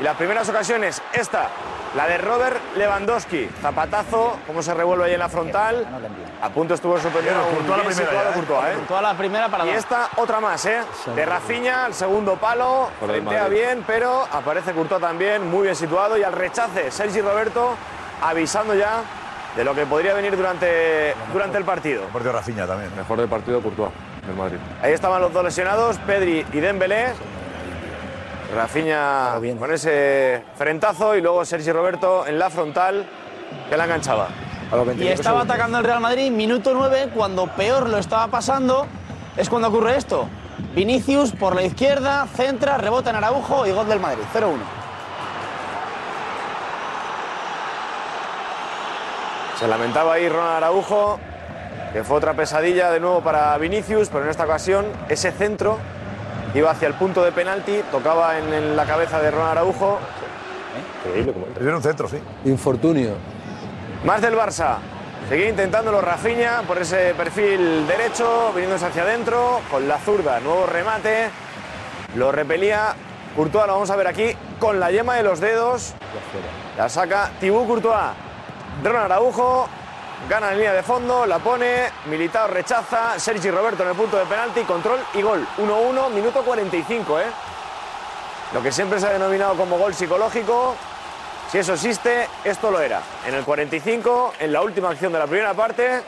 S4: Y las primeras ocasiones, esta, la de Robert Lewandowski. Zapatazo, cómo se revuelve ahí en la frontal. A punto estuvo sorprendido.
S1: Bien, Courtois la primera ya, ¿eh?
S4: la primera para Y
S6: Ah.
S4: esta, otra más, ¿eh? De Rafinha, al segundo palo.
S6: Por el
S4: Frentea
S6: Madrid.
S4: bien, pero aparece Courtois también, muy bien situado. Y al rechace, Sergi Roberto avisando ya de lo que podría venir durante, durante el partido.
S1: Partido Rafinha también.
S6: Mejor del partido Courtois, del Madrid.
S4: Ahí estaban los dos lesionados, Pedri y Dembélé. Rafinha con ese frentazo y luego Sergi Roberto en la frontal que la enganchaba.
S21: Y estaba atacando el Real Madrid, minuto 9, cuando peor lo estaba pasando, es cuando ocurre esto. Vinicius por la izquierda, centra, rebota en Araujo y gol del Madrid, 0-1.
S4: Se lamentaba ahí Ronald Araujo, que fue otra pesadilla de nuevo para Vinicius, pero en esta ocasión ese centro iba hacia el punto de penalti, tocaba en, en la cabeza de Ronald Araujo.
S1: Increíble como un centro, sí.
S7: Infortunio.
S4: Más del Barça. Seguía intentándolo Rafinha por ese perfil derecho, viniéndose hacia adentro, con la zurda, nuevo remate. Lo repelía Courtois, lo vamos a ver aquí, con la yema de los dedos. La saca Tibú Courtois. Ronald Araujo gana en línea de fondo, la pone, Militao rechaza, Sergi Roberto en el punto de penalti, control y gol. 1-1, minuto 45, ¿eh? Lo que siempre se ha denominado como gol psicológico, si eso existe, esto lo era. En el 45, en la última acción de la primera parte,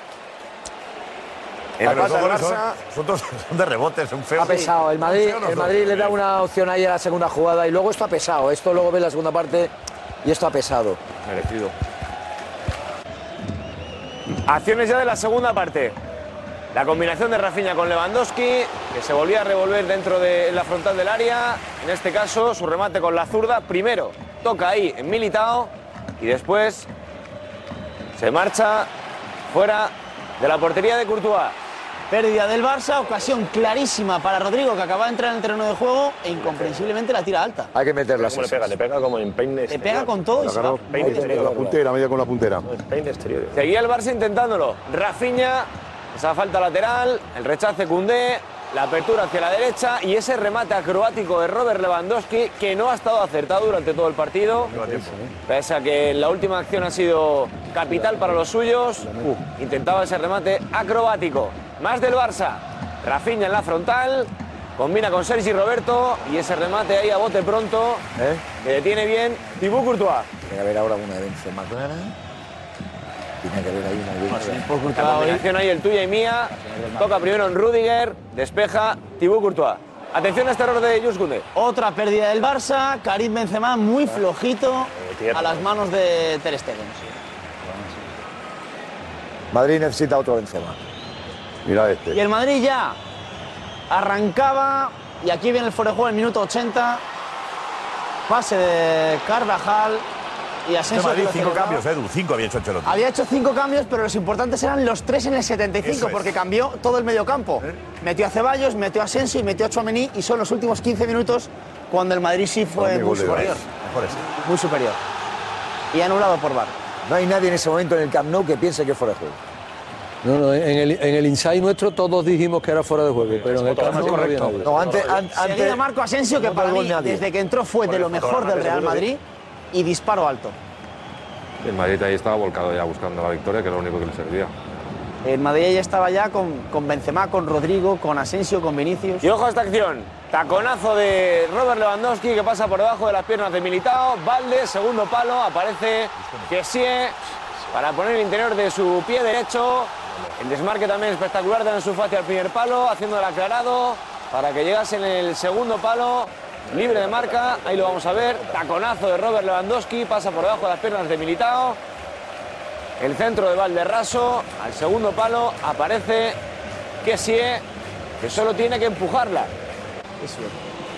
S1: Pero los
S4: empata el
S1: goles son-
S4: Barça.
S1: Son, dos- son de rebotes, son feos.
S17: Ha pesado. El Madrid, el Madrid le da una opción ahí a la segunda jugada y luego esto ha pesado. Esto luego ve la segunda parte y esto ha pesado.
S6: Merecido.
S4: Acciones ya de la segunda parte. La combinación de Rafinha con Lewandowski, que se volvía a revolver dentro de en la frontal del área. En este caso, su remate con la zurda. Primero toca ahí en Militao y después se marcha fuera de la portería de Courtois.
S21: Pérdida del Barça, ocasión clarísima para Rodrigo que acaba de entrar en el terreno de juego e incomprensiblemente la tira alta.
S5: Hay que meterla.
S6: ¿Cómo le pega? Le pega como en peine exterior.
S21: pega con todo y
S5: La
S21: se
S5: agarró
S21: va.
S5: peine exterior, la puntera, media con la puntera.
S6: Peine exterior.
S4: Seguía el Barça intentándolo. Rafinha, esa falta lateral, el rechace Cundé, La apertura hacia la derecha y ese remate acrobático de Robert Lewandowski que no ha estado acertado durante todo el partido. Pese a que la última acción ha sido capital para los suyos. Uh, intentaba ese remate acrobático. Más del Barça. Rafinha en la frontal. Combina con Sergi Roberto y ese remate ahí a bote pronto. Que detiene bien Thibaut Courtois.
S17: Tiene que haber ahora una de Benzema clara. Tiene que haber ahí una de Benzema.
S4: La combinación ahí, el tuya y mía. Toca primero en Rudiger, despeja Thibaut Courtois. Atención a este error de Jules Koundé.
S2: Otra pérdida del Barça, Karim Benzema muy flojito
S4: tierno.
S2: a las manos de Ter Stegen.
S17: Madrid necesita otro Benzema. Mira este.
S2: Y el Madrid ya arrancaba y aquí viene el fuera de juego en el minuto 80. Pase de Carvajal y
S1: Este
S2: Asensio. que
S1: Madrid,
S2: lo
S1: cinco
S2: celebraba.
S1: cambios,
S13: eh.
S1: Edu. Cinco había hecho Ancelotti.
S2: Había hecho cinco cambios, pero los importantes eran los tres en el 75,
S1: Eso es. ¿Eh?
S2: porque cambió todo el mediocampo. Metió a Ceballos, metió a Asensio y metió a Chouameni, y son los últimos 15 minutos cuando el Madrid sí fue muy superior.
S1: Mejores.
S2: Muy superior. Y anulado por VAR.
S17: No hay nadie en ese momento en el Camp Nou que piense que es fuera de juego.
S7: No, no, en el, en el inside nuestro todos dijimos que era fuera de juego, pero en el campo no había
S17: correcto.
S7: nadie.
S17: No, antes, an-
S2: Seguido
S17: antes
S2: Marco Asensio, que
S17: no
S2: para
S17: pegó
S2: mí,
S17: nadie.
S2: desde que entró fue de lo mejor del Real Madrid, y disparo alto.
S6: El Madrid ahí estaba volcado ya buscando la victoria, que es lo único que le servía.
S2: El Madrid ya estaba ya con, con Benzema, con Rodrigo, con Asensio, con Vinicius.
S4: Y ojo a esta acción. Taconazo de Robert Lewandowski que pasa por debajo de las piernas de Militao. Valde, segundo palo, aparece Kessie para poner el interior de su pie derecho. El desmarque también espectacular de Ansu Fati al primer palo, haciendo el aclarado para que llegase en el segundo palo. Libre de marca, ahí lo vamos a ver. Taconazo de Robert Lewandowski, pasa por debajo de las piernas de Militao. El centro de Valderraso, al segundo palo, aparece Kessie, que solo tiene que empujarla.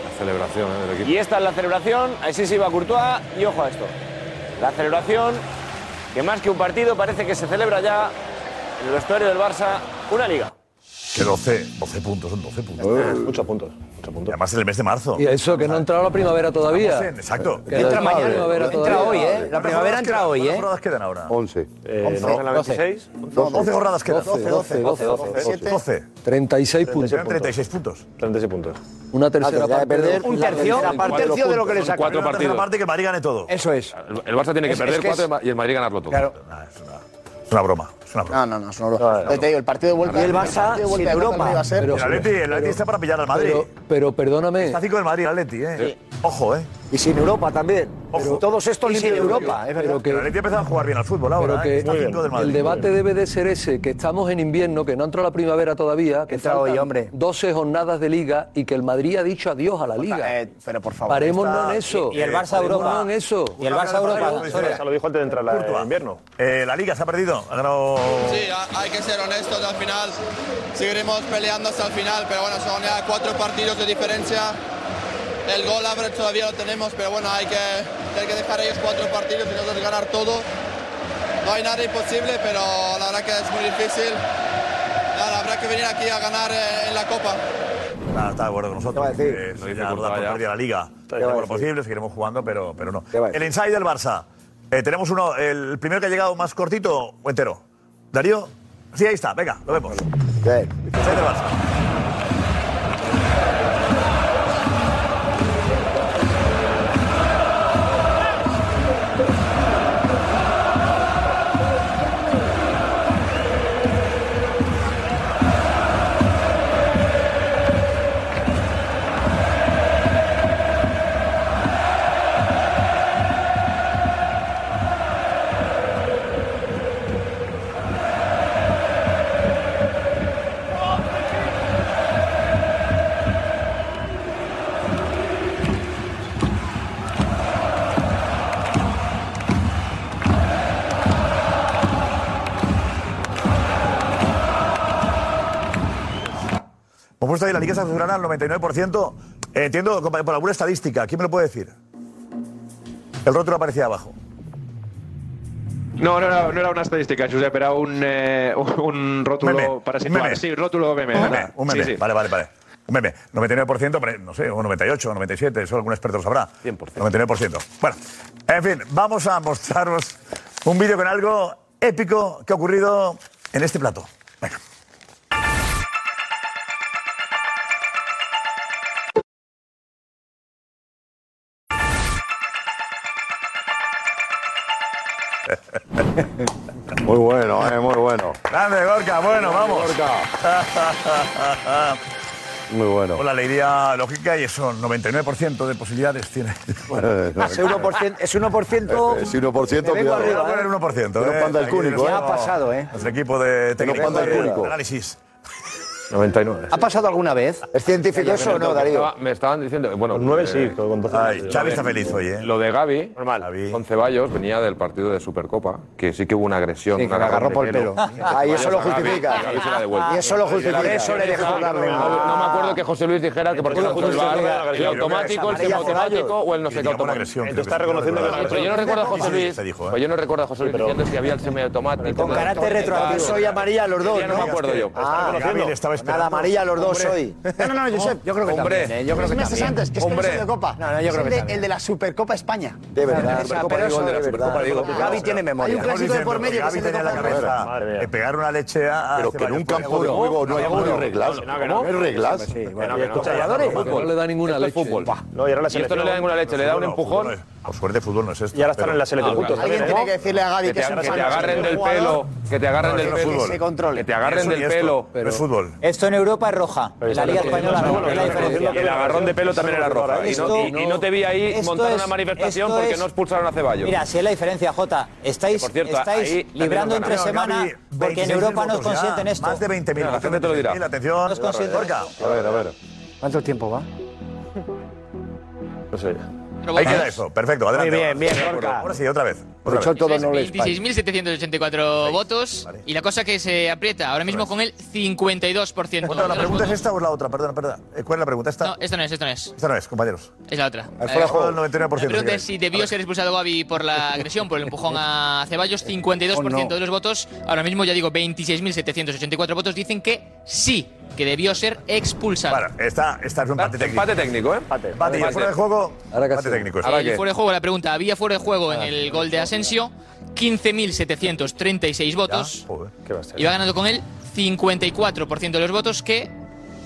S6: La celebración ¿eh? del equipo.
S4: Y esta es la celebración, así se iba Courtois, y ojo a esto. La celebración, que más que un partido, parece que se celebra ya en el vestuario del Barça una liga.
S1: Que 12, 12 puntos, son 12 puntos. Muchos puntos. Además, en el mes de marzo.
S7: Y eso, que no ha entrado la primavera todavía.
S1: Estamos en- exacto.
S7: Que entra mañana. La primavera todavía.
S1: ¿Cuántas jornadas quedan?
S7: ¿eh?
S1: ¿Cuántas jornadas quedan ahora?
S22: 11.
S6: Eh,
S1: Once. Doce. No, 12 jornadas quedan.
S7: 12, 12, 12, 12.
S1: 12.
S7: 36 puntos.
S1: Quedan 36 puntos.
S23: 36 puntos.
S7: Una tercera
S23: Acaba Ah, de
S7: parte.
S23: perder
S7: de-
S23: un tercio,
S7: Cuatro
S23: aparte tercio
S7: puntos.
S23: de lo que le saca.
S1: Cuatro
S23: Cuatro partidos.
S1: partidos. parte que el Madrid gane todo.
S24: Eso es.
S6: El- El Barça tiene que
S1: Es-
S6: perder
S1: es que es-
S6: cuatro y el Ma- y el Madrid ganarlo todo.
S1: Claro. Es una broma. Es una
S25: No,
S1: broma.
S25: no, no, es una broma.
S1: broma.
S25: Te digo, el partido de vuelta.
S1: Y el
S25: partido
S1: Barça
S25: de vuelta
S1: sin
S25: de
S1: Europa.
S25: Madrid va a ser-
S1: el Atleti, el Atleti está para pillar al Madrid.
S7: Pero, pero perdóname.
S1: está cinco del Madrid, el Atleti, ¿eh? Ojo, ¿eh?
S24: Y sin Europa también. Pero todos estos líderes de Europa, es verdad.
S7: Pero que-
S1: el Atleti ha empezado a jugar bien al fútbol ahora.
S7: Pero
S1: ¿eh?
S7: que
S1: Está cinco del Madrid.
S7: el debate debe de ser ese, que estamos en invierno, que no entra la primavera todavía, que
S24: Entra hoy,
S7: faltan
S24: hombre.
S7: 12 jornadas de liga y que el Madrid ha dicho adiós a la
S17: Pues eh,
S7: liga.
S25: pero por favor.
S7: Parémonos
S25: está-
S7: en eso.
S25: Y- y el Barça
S7: Parémonos
S25: Europa.
S7: en eso.
S25: Y el Barça Europa.
S23: Se lo dijo antes de entrar la- el invierno.
S1: Eh, la Liga se ha perdido. Ha ganado...
S26: Sí, ha- hay que ser honestos al final. Seguiremos peleando hasta el final, pero bueno, son ya cuatro partidos de diferencia. El gol abre todavía lo tenemos, pero bueno, hay que, hay que dejar ellos cuatro partidos y nosotros ganar todo. No hay nada imposible, pero la verdad que es muy difícil. Nada, habrá que venir aquí a ganar eh, en la Copa.
S1: Nada, Ah, está de acuerdo con nosotros. Eh, sí, ya, por tanto, perdida la liga. Haremos lo posible, seguiremos jugando, pero, pero no. El inside del Barça. Eh, tenemos uno, el primero que ha llegado más cortito o entero. Darío. Sí, ahí está, venga, lo vemos. Inside del Barça. Hemos puesto ahí la liga se asegurará al 99%. Eh, entiendo, compa- por alguna estadística, ¿quién me lo puede decir? El rótulo aparecía abajo.
S6: No, no, era- no era una estadística, Josep, era un, eh, un rótulo
S1: Meme,
S6: para
S1: un
S6: situar.
S1: meme.
S6: Sí, rótulo meme.
S1: Un
S6: ¿verdad?
S1: meme, un meme.
S6: Sí, sí.
S1: Vale, vale, vale. Un meme. 99%, hombre, no sé, o 98, 97, eso algún experto lo sabrá. 100%. 99%. Bueno, en fin, vamos a mostraros un vídeo con algo épico que ha ocurrido en este plato.
S5: Muy bueno, eh, muy bueno.
S1: Grande, Gorka, bueno, vamos.
S5: Muy bueno.
S1: Con la alegría lógica y eso, 99% de posibilidades tiene.
S17: Es 1%. Es 1%,
S5: Es 1%
S17: Me vengo
S5: cuidado.
S17: arriba,
S1: Voy a poner 1%.
S5: Que no
S1: eh.
S5: panda el
S1: Aquí
S5: cúnico,
S1: nuestro-
S5: eh. Ya ha pasado, eh.
S1: Nuestro equipo de
S5: Que no
S1: técnico
S5: panda el
S1: de
S5: cúnico.
S1: análisis.
S6: 99.
S1: Ah,
S4: ¿Ha pasado alguna vez? ¿Es científico
S6: eso o no, Darío? Me estaban diciendo. Bueno,
S27: Con nueve
S6: eh,
S27: sí, pero
S5: Pues,
S27: con doce no.
S6: lo
S27: Xavi
S6: de-
S27: está feliz hoy, ¿eh?
S6: Lo de Gaby, con Ceballos, venía del partido de Supercopa, que sí que hubo una agresión.
S4: Sí, que
S6: una
S4: lo agarró
S6: agarrón de
S4: por el pelo. Ah, y eso lo
S6: Ceballos a Gavi,
S4: justifica.
S6: y Gavi se la devuelve.
S4: Y eso lo
S6: Y la
S4: justifica.
S6: agresión
S4: Eso le
S6: de
S4: dejó
S6: Gavi,
S4: darle.
S6: No, no me acuerdo que José Luis dijera que porque
S27: Entonces
S6: no
S27: lo
S6: el
S27: justifica
S6: bar,
S27: la
S6: el
S27: agresión.
S6: automático, el
S27: Amarilla
S6: semiautomático o el no sé qué automático.
S27: Entonces está reconociendo que la
S6: Pero yo no recuerdo a José Luis.
S27: Se dijo, ¿eh?
S6: pues yo no recuerdo a José Luis diciendo si había el semiautomático. Con
S17: carácter retroactivo. Yo soy amarilla los dos,
S6: Ya no
S17: ¿no?
S6: me acuerdo yo.
S17: Ah,
S1: Gaby le estaba esperando.
S17: nada, amarilla los dos
S1: Hombre.
S17: hoy.
S2: No, no, no, Josep,
S17: yo creo que
S6: Hombre.
S17: también, ¿eh? Yo creo que
S2: Tres meses
S17: también.
S2: antes, que es que no
S17: Hombre.
S2: soy de Copa.
S17: No, no, yo
S2: Es
S17: creo
S2: el
S17: que
S2: de-
S17: también.
S2: el de la Supercopa España.
S4: De verdad,
S2: Pero
S4: Supercopa,
S2: eso
S4: digo, de la
S2: de verdad.
S4: Supercopa, digo.
S2: Gaby tiene memoria. Hay un clásico de por medio que
S1: Gaby
S2: se le
S1: tenía en la
S2: toca la
S1: cabeza
S2: cabeza.
S1: de pegar una leche a.
S5: Pero que en un campo de juego no hay no hay reglas. ¿Cómo? No hay reglas.
S6: No le da ninguna leche. Fútbol.
S27: No, y ahora la
S6: Y esto no
S27: selección.
S6: le da ninguna leche, le da un empujón.
S1: Por suerte, fútbol no es esto.
S27: Y ahora estarán en la selección
S6: Ah,
S27: juntos.
S6: claro.
S27: también,
S2: Alguien
S27: ¿eh?
S2: tiene que decirle a Gaby
S6: Que
S2: que,
S6: te,
S2: es un
S6: que te
S2: fan,
S6: agarren
S2: es un
S6: del
S2: jugador.
S6: pelo, que te agarren
S1: No,
S6: del
S1: eso no es
S6: pelo,
S1: fútbol.
S6: que
S1: Se
S6: controle, que te agarren
S1: Eso ni
S6: del
S1: esto,
S6: pelo.
S1: no es fútbol.
S13: Esto en Europa es roja. La Liga Española no. es la diferencia.
S6: Y el agarrón de pelo también era roja. Y no, y- y no te vi ahí
S13: Esto
S6: montar
S13: es-
S6: una manifestación
S13: esto
S6: porque
S13: es-
S6: no expulsaron a Ceballos.
S13: Mira, si es la diferencia, Jota. Estáis,
S6: Por cierto,
S13: estáis
S6: ahí también
S13: librando
S6: nos
S13: entre
S6: ganaron.
S13: semana
S6: Gaby,
S13: porque en
S6: 26
S13: Europa no os
S6: minutos ya,
S13: consienten esto.
S1: Más de 20.000.
S6: Mira, la gente te lo dirá.
S1: 20.000, Atención.
S13: No es consciente.
S1: Gorka.
S5: A ver, a ver.
S4: ¿Cuánto tiempo va?
S27: No sé.
S1: Ahí queda eso. Perfecto, adelante.
S17: bien,
S1: ahora.
S17: bien,
S1: Sí,
S17: Gorka.
S1: Ahora sí, otra vez.
S4: Por hecho, todo no le
S20: 26.784 votos y la cosa que se aprieta ahora mismo con el 52%.
S1: Otra, ¿La
S20: de los
S1: pregunta es
S20: votos.
S1: esta o es la otra? Perdona, perdona. Eh, ¿Cuál es la pregunta? ¿Esta?
S20: No, esta no es, esta no es.
S1: Esta no es, compañeros.
S20: Es la otra.
S1: Al
S20: Eh,
S1: fuera de juego del
S20: la
S1: 99%.
S20: pregunta es
S1: si
S20: si
S1: queréis.
S20: debió ser expulsado Gaby por la agresión, por el empujón a Ceballos. 52% de los votos, ahora mismo ya digo 26.784 votos, dicen que sí, que debió ser expulsado.
S1: Bueno, esta, esta es un empate técnico.
S6: Empate técnico, ¿eh?
S27: Empate.
S1: Empate Pues, y el fuera de juego. Empate técnico. eso.
S20: El fuera de juego, la pregunta, había fuera de juego en el gol de Asensio, 15.736 votos,
S27: ¿Qué va a ser?
S20: y va ganando con él 54% de los votos que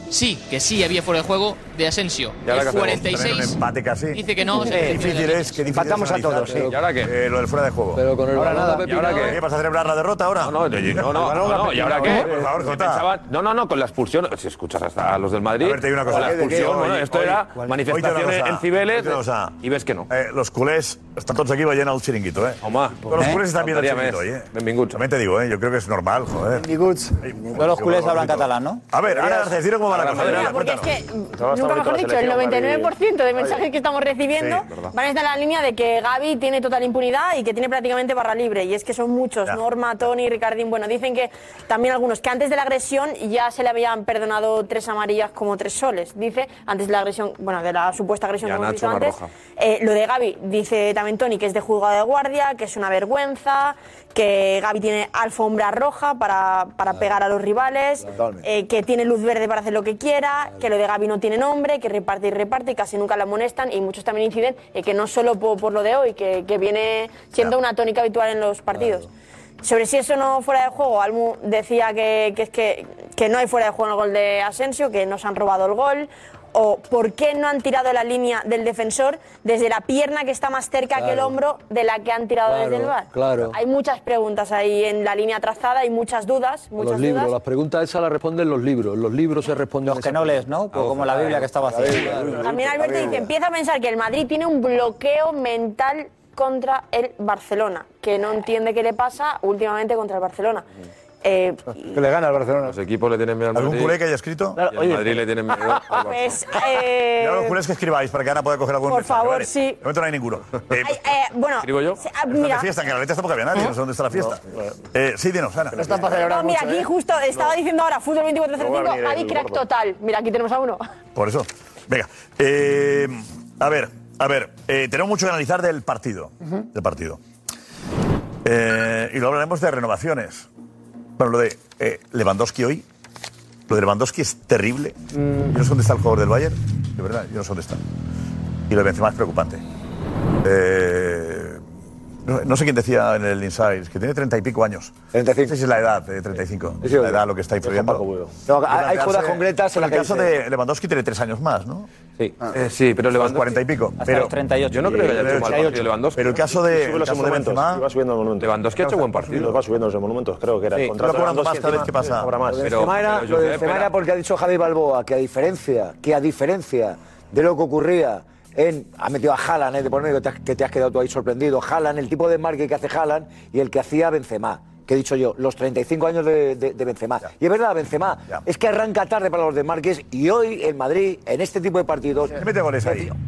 S20: sí, que sí había fuera de juego de Asensio.
S1: Y
S20: El
S1: ahora que hacemos también
S20: 46
S1: Un empate casi.
S20: dice que no.
S1: Qué difícil es, que difícil
S4: Empatamos
S1: es
S4: a
S1: analizar,
S4: todos, sí.
S1: eh,
S6: ¿Y ahora qué?
S1: eh, lo del fuera de juego. Eh,
S7: Pero con el
S4: Ahora
S7: balón
S4: nada.
S7: de
S6: ¿Y ahora
S7: Pepinado-
S1: ¿Qué?
S6: qué?
S1: ¿Vas a celebrar la derrota ahora?
S6: No, no, yo- yo- no, no, no, no, ¿y ahora qué?
S1: Por favor, Jota.
S6: Pensaba- no, no, no, con la expulsión, si escuchas hasta a los del Madrid,
S1: A ver, te digo una
S6: con
S1: cosa.
S6: la
S1: ¿De qué?
S6: expulsión,
S1: Hoy-
S6: bueno, esto
S1: hoy-
S6: era
S1: hoy te digo una
S6: manifestaciones
S1: cosa.
S6: en Cibeles
S1: Hoy te digo una cosa.
S6: y ves que no.
S1: Eh, los culés, están todos aquí, va lleno el chiringuito, ¿eh?
S6: Home,
S1: Todos los
S6: eh?
S1: culés están viendo el
S6: Faltaría
S1: chiringuito hoy,
S6: més.
S1: ¿eh? También te digo, ¿eh? Yo creo que es normal, joder.
S13: Todos los culés hablan catalán, ¿no?
S1: A ver, ahora deciros cómo va la cosa.
S6: Madrid,
S1: Adriana,
S8: Porque es
S1: cuéntanos.
S8: que,
S27: bonito
S8: nunca mejor
S27: la
S8: dicho, el
S27: selección,
S8: 99% de mensajes
S27: Madrid.
S8: que estamos recibiendo
S27: Sí, verdad.
S8: van a estar en la línea de que Gaby tiene total impunidad y que tiene prácticamente barra libre. Y es que son muchos,
S1: Ya.
S8: Norma, Tony, Ricardín. Bueno, dicen que también algunos que antes de la agresión ya se le habían perdonado tres amarillas como tres soles. Dice, antes de la agresión, bueno, de la supuesta agresión
S6: Y a
S8: que hemos visto
S6: Nacho una
S8: antes.
S6: roja.
S8: Eh, lo de Gaby, dice también Tony, que es de juzgado de guardia, que es una vergüenza, que Gaby tiene alfombra roja para, para pegar a los rivales,
S4: Totalmente.
S8: eh, que tiene luz verde para hacer lo que quiera, que lo de Gaby no tiene nombre, que reparte y reparte y casi nunca la molestan y muchos también inciden eh, que no solo po- por, lo de hoy, que, que viene siendo una tónica habitual en los partidos. Sobre si eso no fuera de juego, Almu decía que, que es que, que no hay fuera de juego en el gol de Asensio, que nos han robado el gol. O por qué no han tirado la línea del defensor desde la pierna que está más cerca que el
S7: Claro.
S8: hombro de la que han tirado
S7: Claro,
S8: desde el bar.
S7: claro.
S8: Hay muchas preguntas ahí en la línea trazada y muchas dudas. Muchas
S7: Los libros,
S8: dudas.
S7: las preguntas esas las responden los libros. Los libros se responden. Los que no
S13: lees, ¿no? como la Biblia que está vacía.
S8: También Alberto dice, empieza a pensar que el Madrid tiene un bloqueo mental contra el Barcelona, que no entiende qué le pasa últimamente contra el Barcelona. Eh,
S4: Que le gana al Barcelona.
S6: Los equipos le tienen miedo al
S1: ¿Algún
S6: Madrid.
S1: culé que haya escrito?
S6: y al Madrid le tienen miedo. al Barça.
S8: pues, eh,
S1: Yo los culés que escribáis para que Ana pueda coger algún
S8: Por
S1: mensaje,
S8: favor,
S1: vale.
S8: sí.
S1: De momento no hay ninguno. Eh,
S8: hay- eh, bueno,
S6: ¿Escribo yo?
S8: se- ah,
S1: está
S8: mira,
S1: de fiesta, en Canaletas tampoco había nadie, no sé dónde está la fiesta. Eh, sí, dinos, Ana.
S8: no, mira, aquí justo estaba diciendo ahora, fútbol
S1: ¿eh? No va a
S8: 24-05,
S1: venir
S8: Javi
S1: el
S8: crack
S1: gordo.
S8: total. Mira, aquí tenemos a uno.
S1: Por eso. Venga. eh, a ver, a ver. eh, tenemos mucho que analizar del partido. Del partido. Eh, y lo hablaremos de renovaciones. Bueno, lo de eh, Lewandowski hoy. Lo de Lewandowski es terrible. Yo no sé dónde está el jugador del Bayern. De verdad, yo no sé dónde está. Y lo de Benzema es preocupante. Eh, No, no sé quién decía en el Inside, que tiene treinta y pico años. 35. Esa es la edad, de 35.
S2: Sí, sí,
S1: la edad lo que está influyendo.
S2: No, hay jugadas concretas en
S1: En
S2: las
S1: el
S2: que
S1: caso
S2: dice-
S1: de Lewandowski tiene tres años más, ¿no?
S28: Sí,
S6: eh,
S28: sí pero Lewandowski...
S1: Ah. cuarenta y pico.
S28: Hasta
S1: pero, Eh,
S28: los 38. Yo no creo que haya hecho mal partido
S1: 38.
S28: Lewandowski.
S1: Pero el caso de,
S28: Sube
S1: el
S28: los
S1: caso de
S28: monumentos,
S1: Benzema...
S28: iba
S18: subiendo los monumentos.
S28: Lewandowski ha hecho buen partido.
S18: Los va subiendo los monumentos, creo que era.
S28: Sí.
S18: El
S1: Pero
S18: contrato de
S1: acuerdo más cada vez que pasa.
S18: Habrá más.
S1: Lo de
S17: Lo de Benzema era- lo de Benzema era porque ha dicho Javi Balboa que a diferencia, que a diferencia de lo que ocurría en. Ha metido a Haaland, eh, de por medio, que te, has- que te has quedado tú ahí sorprendido. Haaland, el tipo de marque que hace Haaland y el que hacía Benzema. Que he dicho yo, los 35 años de, de- de Benzema. Y es verdad, Benzema, es que arranca tarde para los desmarques y hoy el Madrid, en este tipo de partidos.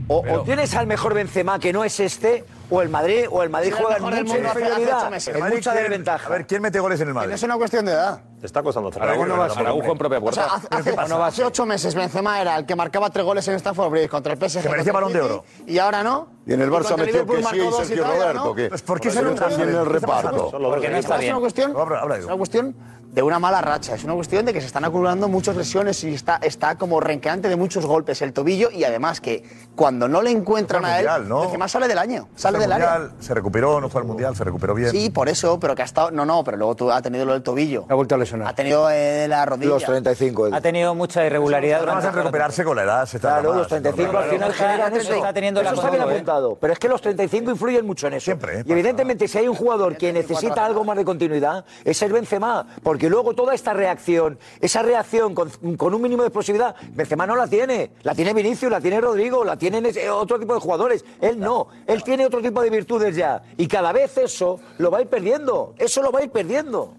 S17: O, o tienes al mejor Benzema que no es este, o el Madrid, o el Madrid
S2: Era el
S17: juega en
S2: mejor del
S17: mucha
S2: mundo hace- hace ocho
S17: inferioridad,
S2: meses.
S17: en
S2: El Madrid
S17: mucha
S2: quiere-
S17: desventaja.
S1: A ver, ¿quién mete goles en el
S2: No
S1: Madrid?
S2: es una cuestión de edad.
S18: Te está costando cerrar.
S1: Araujo no va a ser.
S28: Araujo en propia
S2: O sea,
S28: puerta.
S2: hace, hace- hace ocho meses Benzema era el que marcaba tres goles en Stamford Bridge contra el PSG.
S1: Que merecía
S2: contra el
S1: balón de
S2: City,
S1: oro.
S2: Y ahora no.
S5: Y en el Barça
S2: contra
S5: metió
S2: Liverpool
S5: que sí,
S2: marcó dos y
S5: Sergio
S2: tal, y ahora
S5: Roberto,
S2: no.
S5: que-
S1: Pues ¿por qué
S5: Pero
S1: se lo
S5: están
S1: cambian?
S5: en el
S1: ¿Qué está
S5: reparto.
S1: pasando?
S5: Son los dos
S1: Porque no
S5: que
S1: está
S5: hay.
S2: Es una cuestión, es una cuestión de una mala racha, es una cuestión de que se están acumulando muchas lesiones y está, está como renqueante de muchos golpes el tobillo y además que cuando no le encuentran
S1: Está
S2: a él,
S1: mundial, ¿no?
S2: Benzema sale del año,
S1: Fue
S2: sale
S1: al
S2: del área.
S1: mundial, Se recuperó, no fue al mundial, se recuperó bien.
S2: Sí, por eso, pero que ha estado. No, no, pero luego tú ha tenido lo del tobillo.
S17: Ha vuelto a lesionar.
S2: Ha tenido eh, la rodilla.
S17: Los 35.
S13: Ha tenido mucha irregularidad.
S1: Además, al
S13: durante-
S1: recuperarse con la edad se tarda
S17: Claro,
S1: más,
S17: los 35
S1: claro.
S17: al final
S13: Está-
S17: generan
S13: está
S17: eso.
S13: teniendo la
S17: eso está bien
S13: control, ¿eh?
S17: apuntado. Pero es que los 35 influyen mucho en eso.
S7: ¿eh?
S17: y evidentemente, si hay un jugador que necesita algo más de continuidad, es el Benzema. Porque luego toda esta reacción, esa reacción con, con un mínimo de explosividad, Benzema no la tiene. La tiene Vinicius, la tiene Rodrigo, la tienen ese- otro tipo de jugadores. Él no. Él tiene otro tipo de virtudes ya. Y cada vez eso lo va a ir perdiendo. Eso lo va a ir perdiendo.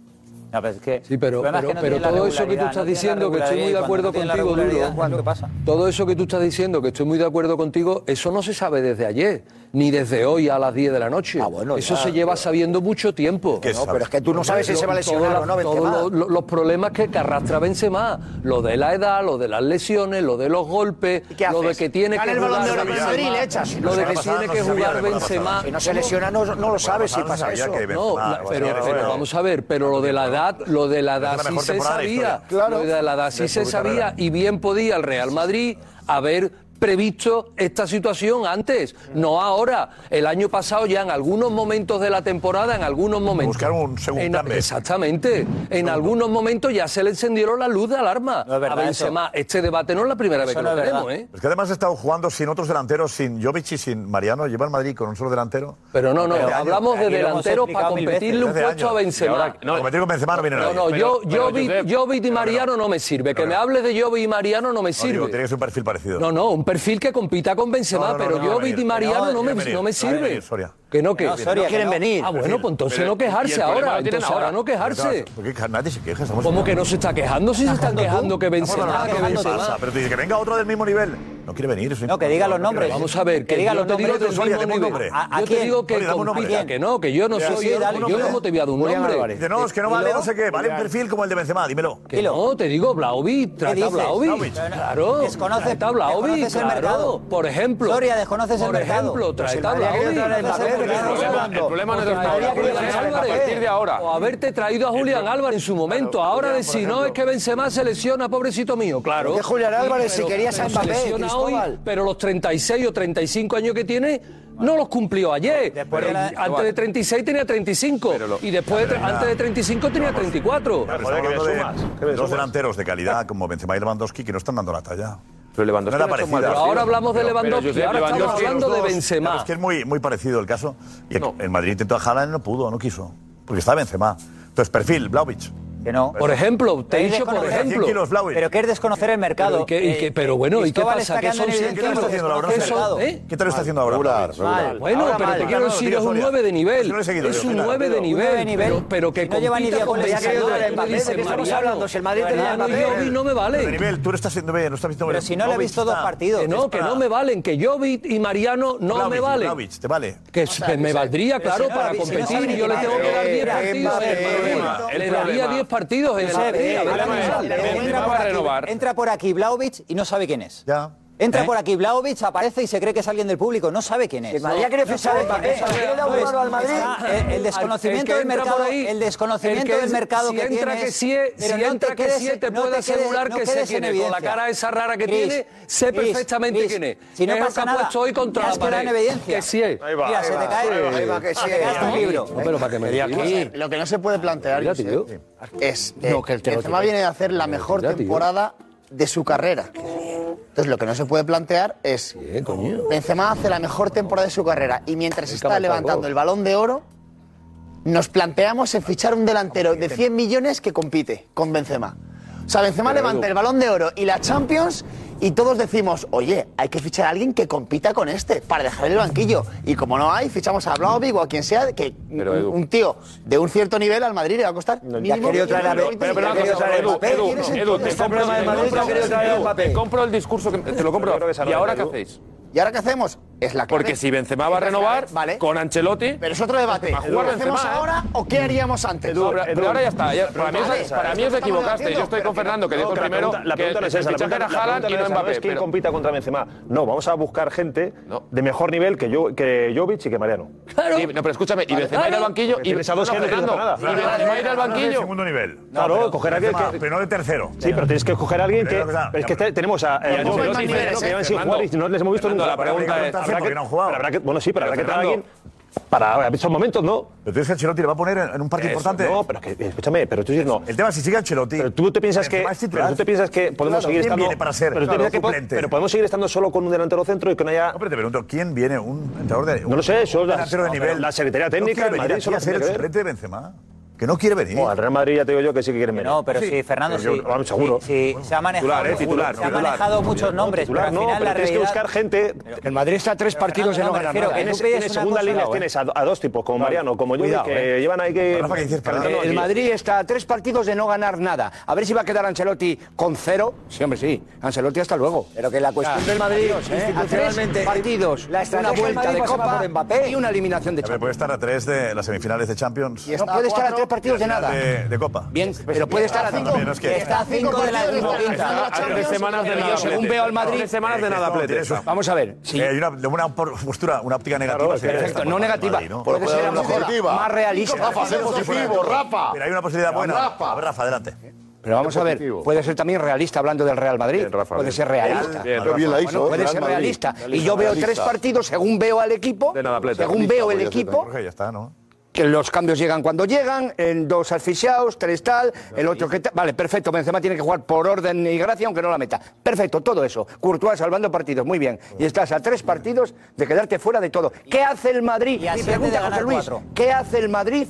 S13: No, pero es que,
S7: Sí, pero,
S13: el problema es
S7: pero-
S13: que no
S7: pero
S13: tiene la
S7: todo eso que tú
S13: regularidad,
S7: estás
S13: no tiene la
S7: diciendo, que estoy muy de
S13: regularidad,
S7: acuerdo
S13: y cuando no tiene la
S7: contigo,
S13: regularidad,
S7: Duro,
S13: es lo que pasa?
S7: todo eso que tú estás diciendo, que estoy muy de acuerdo contigo, eso no se sabe desde ayer, ni desde hoy a las 10 de la noche. eso
S17: ya,
S7: se lleva sabiendo mucho tiempo.
S17: No, pero es que tú no sabes si
S7: Lo-
S17: se va a
S7: todas
S17: lesionar
S7: las-
S17: o no
S7: todos
S17: Benzema.
S7: los- los, los problemas que, que arrastra Benzema, lo de la edad, lo de las lesiones, lo de los golpes, lo de que tiene
S2: Gana
S7: que
S2: el Balón de
S7: jugar
S2: Oro en
S7: Benzema,
S2: Madrid, le echas.
S7: lo de
S2: La semana
S7: que
S2: pasada
S7: tiene
S2: no
S7: que
S2: se sabía
S7: jugar
S2: la semana
S7: Benzema.
S2: pasada. Si no se lesiona, no- no lo sabes si pasa eso.
S7: No,
S2: Benzema,
S7: pero,
S2: Benzema,
S7: pero
S2: bueno.
S7: vamos a ver, pero lo de la edad, lo de la
S1: Es la
S7: edad sí
S1: mejor
S7: se
S1: temporada de la
S7: sabía.
S1: historia.
S7: Lo de la edad sí
S1: De
S7: se
S1: su
S7: sabía
S1: carrera.
S7: y bien podía el Real Madrid haber previsto esta situación antes, no ahora. El año pasado ya en algunos momentos de la temporada, en algunos momentos. Buscar un segundo Exactamente. En algunos momentos ya se le encendieron la luz de alarma a
S1: verdad
S7: Benzema. Este debate no es la primera vez que lo tenemos, ¿eh?
S1: Es que además ha estado jugando sin otros delanteros, sin Jovic y sin Mariano. Lleva el Madrid con un solo delantero.
S7: Pero no, no,
S1: Desde años.
S7: hablamos de delanteros para competirle un
S1: Desde
S7: puesto a
S1: años.
S7: Benzema.
S1: Y ahora, no, competir con Benzema no viene
S7: No,
S1: nadie.
S7: no, yo, yo, vi- yo vi Di Mariano no me sirve. Que me hables de Jovi y Mariano no me
S1: No, digo, tiene
S7: sirve.
S1: que ser un perfil parecido.
S7: No, no, un perfil que compita con Benzema,
S1: No, no, no,
S7: pero
S1: no,
S7: yo
S1: no,
S7: vi
S1: no,
S7: Di
S1: no,
S7: Mariano
S1: no,
S7: no
S1: no
S7: me,
S1: quieren
S7: no me
S1: venir, no
S7: sirve.
S1: quieren venir, Soria.
S7: Que no, que
S1: No, Soria, que no.
S7: Ah, bueno, pues entonces no quejarse ahora. Entonces ahora no quejarse.
S1: Porque nadie se queja. estamos
S7: ¿Cómo
S1: hablando.
S7: que no se está quejando si se están quejando que
S1: Estamos
S7: Benzema,
S13: "Ah,
S1: hablando
S7: que
S1: de lo que pasa,
S7: Benzema?
S1: Pero tú dices que venga otro del mismo nivel. No quiere venir. es
S13: No, que diga los
S1: no
S13: nombres.
S1: quiere venir.
S7: Vamos a ver, que, yo te digo del
S1: Soria,
S7: mismo
S1: dame un
S7: nivel.
S1: nombre.
S7: Yo te digo que
S1: Soria, dame un
S7: compita,
S1: nombre.
S7: que no, que yo no
S1: Sí,
S7: soy,
S1: sí,
S7: yo,
S1: dame
S7: yo no
S1: un nombre.
S7: te voy a dar un nombre.
S1: Dice, no, es que no vale no sé qué. Vale un perfil como el de Benzema, dímelo.
S7: Que no, te digo Blaovic, trata a
S1: dices?
S7: Blaovic.
S1: Blaovic.
S7: Claro,
S13: Desconoces-
S7: trata a Blaovic,
S13: desconoces el
S7: claro.
S13: mercado.
S7: Por ejemplo.
S13: Soria, desconoces el
S7: por
S13: mercado.
S7: ejemplo,
S13: Pero si
S7: trata a
S13: habría que
S7: Blaovic.
S13: tratar el papel, ¿de qué estamos
S7: Claro.
S13: hablando?
S7: El problema no es
S13: Porque
S7: del mercado,
S13: habría que
S7: el problema es
S13: tratar el papel.
S7: Álvarez.
S13: A partir de ahora.
S7: O haberte traído a Julián Álvarez en su momento. Ahora decir, no, es que Benzema se lesiona, pobrecito mío. Claro.
S17: Porque Julián Álvarez, si
S7: pero-
S17: querías
S7: pero
S17: a
S7: se
S17: Mbappé,
S7: lesiona hoy,
S17: Cristóbal.
S7: pero los 36 o 35 años que tiene no los cumplió ayer.
S13: de
S7: Eh,
S13: la-
S7: Antes de 36 tenía 35 y después
S1: Pero ya.
S7: antes de 35 tenía 34.
S1: Claro, estamos hablando de dos delanteros de calidad como Benzema y Lewandowski que no están dando la talla.
S28: Pero
S1: No
S28: Lewandowski
S1: era
S28: no ha hecho
S1: parecido.
S28: mal Pero partido.
S7: ahora hablamos de Lewandowski,
S28: Josep,
S7: ahora estamos
S28: Lewandowski,
S7: hablando
S28: los
S7: de
S28: dos-
S7: Benzema.
S1: Claro, es que es muy, muy parecido el caso. Y en- en Madrid intentó a Haaland y no pudo, no quiso. Porque estaba Benzema. Entonces, perfil, Blaovic.
S13: Que no.
S7: Por ejemplo, te he
S13: Es
S7: dicho por
S13: desconocer-
S7: ejemplo.
S13: Pero que es desconocer el mercado.
S7: Pero, ¿y qué- y qué- pero bueno, ¿y qué
S13: Cristóbal
S7: pasa?
S13: está
S7: ¿Qué
S13: quedando
S7: son
S13: en
S7: cien?
S13: evidencia
S1: ¿Qué
S13: que
S1: está haciendo ahora?
S13: desconoce el mercado.
S1: ¿Qué tal lo está haciendo ahora?
S13: regular.
S7: Bueno,
S1: Ahora
S7: pero
S1: mal.
S7: te quiero
S1: No,
S7: decir,
S1: no,
S7: es un
S1: Soria.
S7: 9 de nivel.
S1: Si no lo he seguido
S7: es
S1: yo,
S7: un
S1: claro.
S7: 9 de
S1: Un
S7: nivel.
S1: 9 de nivel.
S7: Pero, pero que
S1: Si no lleva
S7: compita
S1: ni diez
S7: con
S1: goles,
S7: Benzema,
S1: ya que
S7: que
S1: del Madrid,
S7: dice
S1: ¿de qué estamos
S7: Mariano,
S1: hablando? Si el
S13: Madrid tenía
S7: Mariano
S13: Mbappé.
S7: y Jovi no me vale.
S1: De nivel, tú lo estás haciendo bien, no estás visto
S13: Pero si no le he visto dos partidos.
S7: Que no, que no me valen, que Jovi y Mariano no me valen.
S1: Blaovic, ¿te vale?
S7: Que, es- que me valdría,
S1: pero
S7: claro,
S1: si no
S7: para
S1: la vi- si no
S7: competir.
S1: sabe ni
S7: yo le
S1: quién
S7: tengo que
S1: es.
S7: dar 10
S1: Mira, el
S7: partidos. en
S1: problema,
S7: el
S1: el
S7: Madrid. Le
S1: problema.
S7: daría 10 partitidos en el
S13: Josep,
S7: Madrid, a ver
S13: entra
S7: qué
S13: por
S7: sale.
S13: aquí- entra por aquí Blaovic y no sabe quién es.
S1: Ya.
S13: Entra por aquí Vlaovic, aparece y se cree que es alguien del público, no sabe quién es.
S17: El Madrid ha querido
S13: No
S17: fichar
S13: sabe
S17: el
S13: quién
S17: Mbappé,
S13: es.
S17: ha querido dar un
S13: Entonces,
S17: mano al Madrid.
S13: Pues, está eh, El, el
S7: Ah,
S13: desconocimiento
S7: El que
S13: del
S7: entra por
S13: mercado,
S7: ahí,
S13: el desconocimiento
S7: el que-
S13: del mercado
S7: si
S13: que
S7: entra
S13: tienes.
S7: que sí, si
S13: pero no
S7: entra
S13: te
S7: que
S13: quedes-
S7: sí, te
S13: no
S7: puedo
S13: quedes-
S7: asegurar
S13: no
S7: que sé
S13: quedes
S7: quién
S13: en
S7: es. Con la
S13: evidencia.
S7: cara esa rara que
S13: Chris,
S7: tiene, sé
S13: Chris,
S7: perfectamente
S13: Chris,
S7: quién es.
S13: Si no
S7: Es el
S13: pasa
S7: que ha
S13: nada,
S7: puesto hoy contra
S13: te
S7: la
S13: has quedado
S7: pared.
S13: en evidencia.
S7: Que sí es.
S13: Ahí va, Mira, ahí se te va, cae- ahí va, ahí va, que sí es.
S2: Ahí va.
S13: el libro.
S7: No, pero para que me
S2: Lo que-
S7: digas.
S2: Lo que no se puede plantear
S7: Olvídate,
S2: Josep, es eh,
S29: No, que el te lo
S2: Benzema
S29: tiro.
S2: viene de hacer la mejor
S29: olvídate,
S2: temporada de su carrera. Entonces lo que no se puede plantear es Benzema hace la mejor temporada de su carrera y mientras está
S29: marcado
S2: levantando
S29: gol.
S2: el Balón de Oro nos planteamos en fichar un delantero de 100 millones que compite con Benzema. O sea, Benzema
S29: Pero,
S2: levanta
S29: Edu-
S2: el Balón de Oro y la Champions y todos decimos, oye, hay que fichar a alguien que compita con este para dejar el banquillo. Y como no hay, fichamos a Vlahovic o a quien sea, que
S30: Pero,
S2: un-
S30: Edu-
S2: un tío de un cierto nivel al Madrid le va a costar
S17: Ya ha
S2: mínimo
S17: querido traer a
S2: mínimo
S17: Be-
S2: veinte
S17: Pero, pero,
S2: millones.
S17: pero,
S30: Edu,
S17: Mbappé,
S30: Edu,
S17: ¿quién es el
S30: Edu,
S17: que
S30: te
S17: está
S30: compro,
S17: en
S30: te
S17: Madrid que ha
S30: compro-
S17: querido traer a
S30: Edu,
S17: Mbappé?
S30: te compro el discurso que te lo compro. ¿Y ahora qué hacéis?
S2: ¿Y ahora qué hacemos? Es la clave.
S30: Porque si Benzema va a
S2: Es la
S30: renovar,
S2: clave, vale.
S30: con Ancelotti-
S2: Pero es otro debate.
S30: A jugar
S2: ¿Lo hacemos
S30: Benzema, ¿eh?
S2: ahora o qué haríamos antes?
S30: Edu, Edu, ahora ya está. eh, ya- para mí, os- para mí os equivocaste. Yo estoy con Fernando, que dijo el primero
S6: la
S30: que
S6: pregunta no es
S30: el
S6: esa, la
S30: fichaje
S6: pregunta,
S30: era
S6: la pregunta
S30: Haaland y
S6: no
S30: no
S6: es esa, no es
S30: Mbappé.
S6: quién
S30: pero-
S6: compita contra Benzema. No, vamos a buscar gente de mejor nivel que, yo, que Jovic y que Mariano.
S7: Claro.
S6: no, pero
S30: escúchame, y
S1: Benzema ir al banquillo y-
S6: tienes a dos
S1: no,
S6: que no tienen
S1: Fernando,
S6: nada.
S1: y Benzema ir al banquillo. De segundo nivel.
S6: Claro,
S1: No, pero-
S6: coger a alguien
S1: Benzema,
S6: que...
S1: pero no de tercero.
S6: Sí, pero tienes que coger a alguien que...
S1: Pero es verdad,
S6: Es que te- tenemos a...
S1: Y a Jovic
S6: Ancelotti
S1: no hay
S6: y Mariano,
S1: niveles,
S6: que llevan
S1: ¿eh?
S6: sin jugar y no les hemos visto
S1: Fernando,
S6: nunca.
S1: la pregunta
S6: Habrá que-
S1: es- porque no han jugado.
S6: habrá que- Bueno, sí, pero habrá que traer a alguien para esos momentos, ¿no?
S1: Pero tú dices que Ancelotti lo va a poner en en un partido
S6: Eso,
S1: importante.
S6: No, pero es que, escúchame, pero tú dices no.
S1: El tema es si sigue Ancelotti.
S6: Pero tú te piensas que,
S1: Benzema es titular.
S6: pero tú te piensas que podemos
S1: Claro,
S6: seguir
S1: ¿quién
S6: estando.
S1: viene para ser?
S6: pero, tú
S1: Claro,
S6: piensas que po-
S1: suplente.
S6: pero podemos seguir estando solo con un delantero centro y que no haya.
S1: No, pero te pregunto, ¿quién viene? ¿Un entrenador de
S6: No lo sé, eso
S1: un
S6: es la-
S1: delantero de
S6: no,
S1: nivel?
S6: pero la Secretaría
S1: ¿No
S6: Técnica,
S1: quiere
S6: el
S1: venir
S6: Madrid
S1: aquí
S6: solo
S1: a ser
S6: tiene
S1: el
S6: que ver.
S1: suplente de Benzema? Que no quiere venir.
S6: No, al Real Madrid ya te digo yo que sí que quieren venir.
S13: No, pero sí, Fernando,
S6: Pero
S13: sí.
S6: yo- vamos, seguro.
S13: Sí, sí, se ha manejado,
S6: Titular, eh,
S13: se
S6: titular,
S13: ha
S6: titular.
S13: manejado muchos
S6: No,
S13: nombres,
S6: titular,
S13: pero
S6: no,
S13: al final
S6: pero
S13: la
S6: tienes que
S13: realidad...
S6: buscar gente.
S3: El Madrid está a tres partidos de no ganar
S6: Pero
S3: nada.
S6: en,
S3: ¿eh?
S6: ese- en segunda línea tienes a, a dos tipos, como
S3: Vale.
S6: Mariano, como yo,
S3: Cuidado,
S6: que
S3: eh.
S6: llevan ahí que.
S4: Ah,
S6: calentando
S3: Eh, El
S6: aquí.
S3: Madrid está a tres partidos de no ganar nada. A ver si va a quedar Ancelotti con cero. Sí, hombre, sí. Ancelotti, hasta luego.
S17: Pero que la cuestión del Madrid, institucionalmente,
S3: ¿eh? partidos,
S17: la estrategia
S3: una
S17: del
S3: vuelta
S17: Madrid
S3: de
S17: pasa
S3: Copa
S17: por
S3: y una eliminación de
S1: A ver,
S3: Champions.
S1: puede estar a tres de las semifinales de Champions.
S3: No puede estar a tres partidos de
S1: Final
S3: nada.
S1: De, de Copa.
S3: Bien, pero puede estar a
S1: Está
S3: cinco.
S1: también, es que-
S3: Está a cinco de la Eurocopa.
S1: Está a
S3: Tres semanas de nada. Yo según veo al Madrid... Vamos a ver.
S1: Sí. Eh, hay una, de una por- postura, una óptica negativa.
S3: Claro, perfecto, no negativa. Puede ser a lo mejor más realista.
S5: Rafa, sé positivo, Rafa.
S1: Pero hay una posibilidad buena.
S5: Rafa.
S1: A ver, Rafa, adelante.
S3: Pero vamos a ver, puede ser también realista hablando del Real Madrid. puede
S1: bien.
S3: ser realista.
S1: Bien, Rafa. Bien la hizo, ¿eh?
S3: Bueno, puede
S1: Real
S3: ser
S1: Madrid.
S3: realista.
S1: Realista,
S3: Y yo veo
S1: realista.
S3: tres partidos según veo al equipo.
S1: De nada, pleta.
S3: Según veo el equipo,
S1: Jorge, ya está, ¿no?
S3: que los cambios llegan cuando llegan, en dos asfixiados, tres tal, el otro que tal. Vale, perfecto, Benzema tiene que jugar por orden y gracia aunque no la meta. Perfecto, todo eso. Courtois salvando partidos, muy bien. Y estás a tres partidos de quedarte fuera de todo. ¿Qué hace el Madrid?
S13: Y a
S3: Mi
S13: siete
S3: pregunta,
S13: de ganar
S3: José Luis,
S13: cuatro.
S3: ¿qué hace el Madrid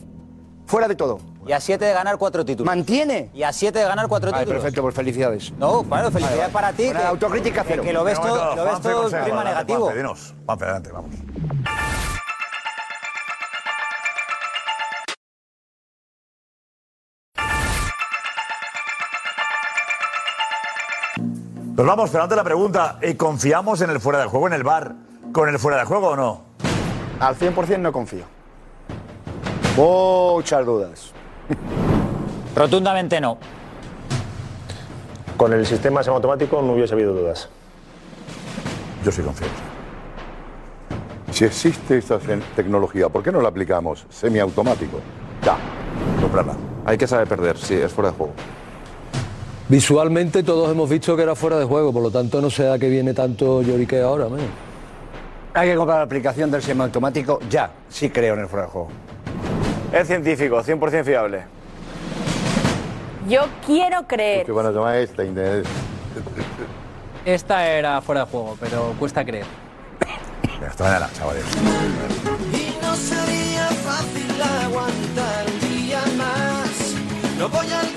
S3: fuera de todo?
S13: Y a 7 de ganar cuatro títulos.
S3: ¿Mantiene?
S13: Y a 7 de ganar cuatro
S3: Vale,
S13: títulos.
S3: perfecto, pues felicidades.
S13: No, claro, felicidades
S3: Vale, vale.
S13: para ti.
S3: Una
S13: que-
S3: autocrítica
S13: que-
S3: cero.
S13: Que lo ves
S1: Venga, un
S13: todo,
S1: momento,
S13: lo ves
S1: Juanfe,
S13: todo
S1: consejo,
S13: en clima
S1: adelante,
S13: negativo.
S1: Juanfe, dinos. Juanfe, adelante, vamos. Nos vamos, pero antes la pregunta, ¿eh, ¿confiamos en el fuera de juego, en el bar, con el fuera de juego o no?
S2: Al 100% no confío.
S17: Muchas dudas.
S13: Rotundamente no.
S6: Con el sistema semiautomático no hubiese habido dudas.
S1: Yo sí confío.
S5: Si existe esta ce- tecnología, ¿por qué no la aplicamos? Semiautomático. Ya.
S1: Comprarla.
S30: Hay que saber perder, sí, es fuera de juego.
S7: Visualmente todos hemos visto que era fuera de juego, por lo tanto no sé a qué viene tanto llorique ahora. men.
S3: Hay que comprar la aplicación del semiautomático ya. Sí creo en el fuera de juego.
S4: Es científico, 100% fiable.
S8: Yo quiero creer.
S5: Que van a tomar esta internet.
S31: Esta era fuera de juego, pero cuesta creer.
S1: Hasta mañana, chavales.
S32: Y no sería fácil aguantar un día más. No voy a alcanzar.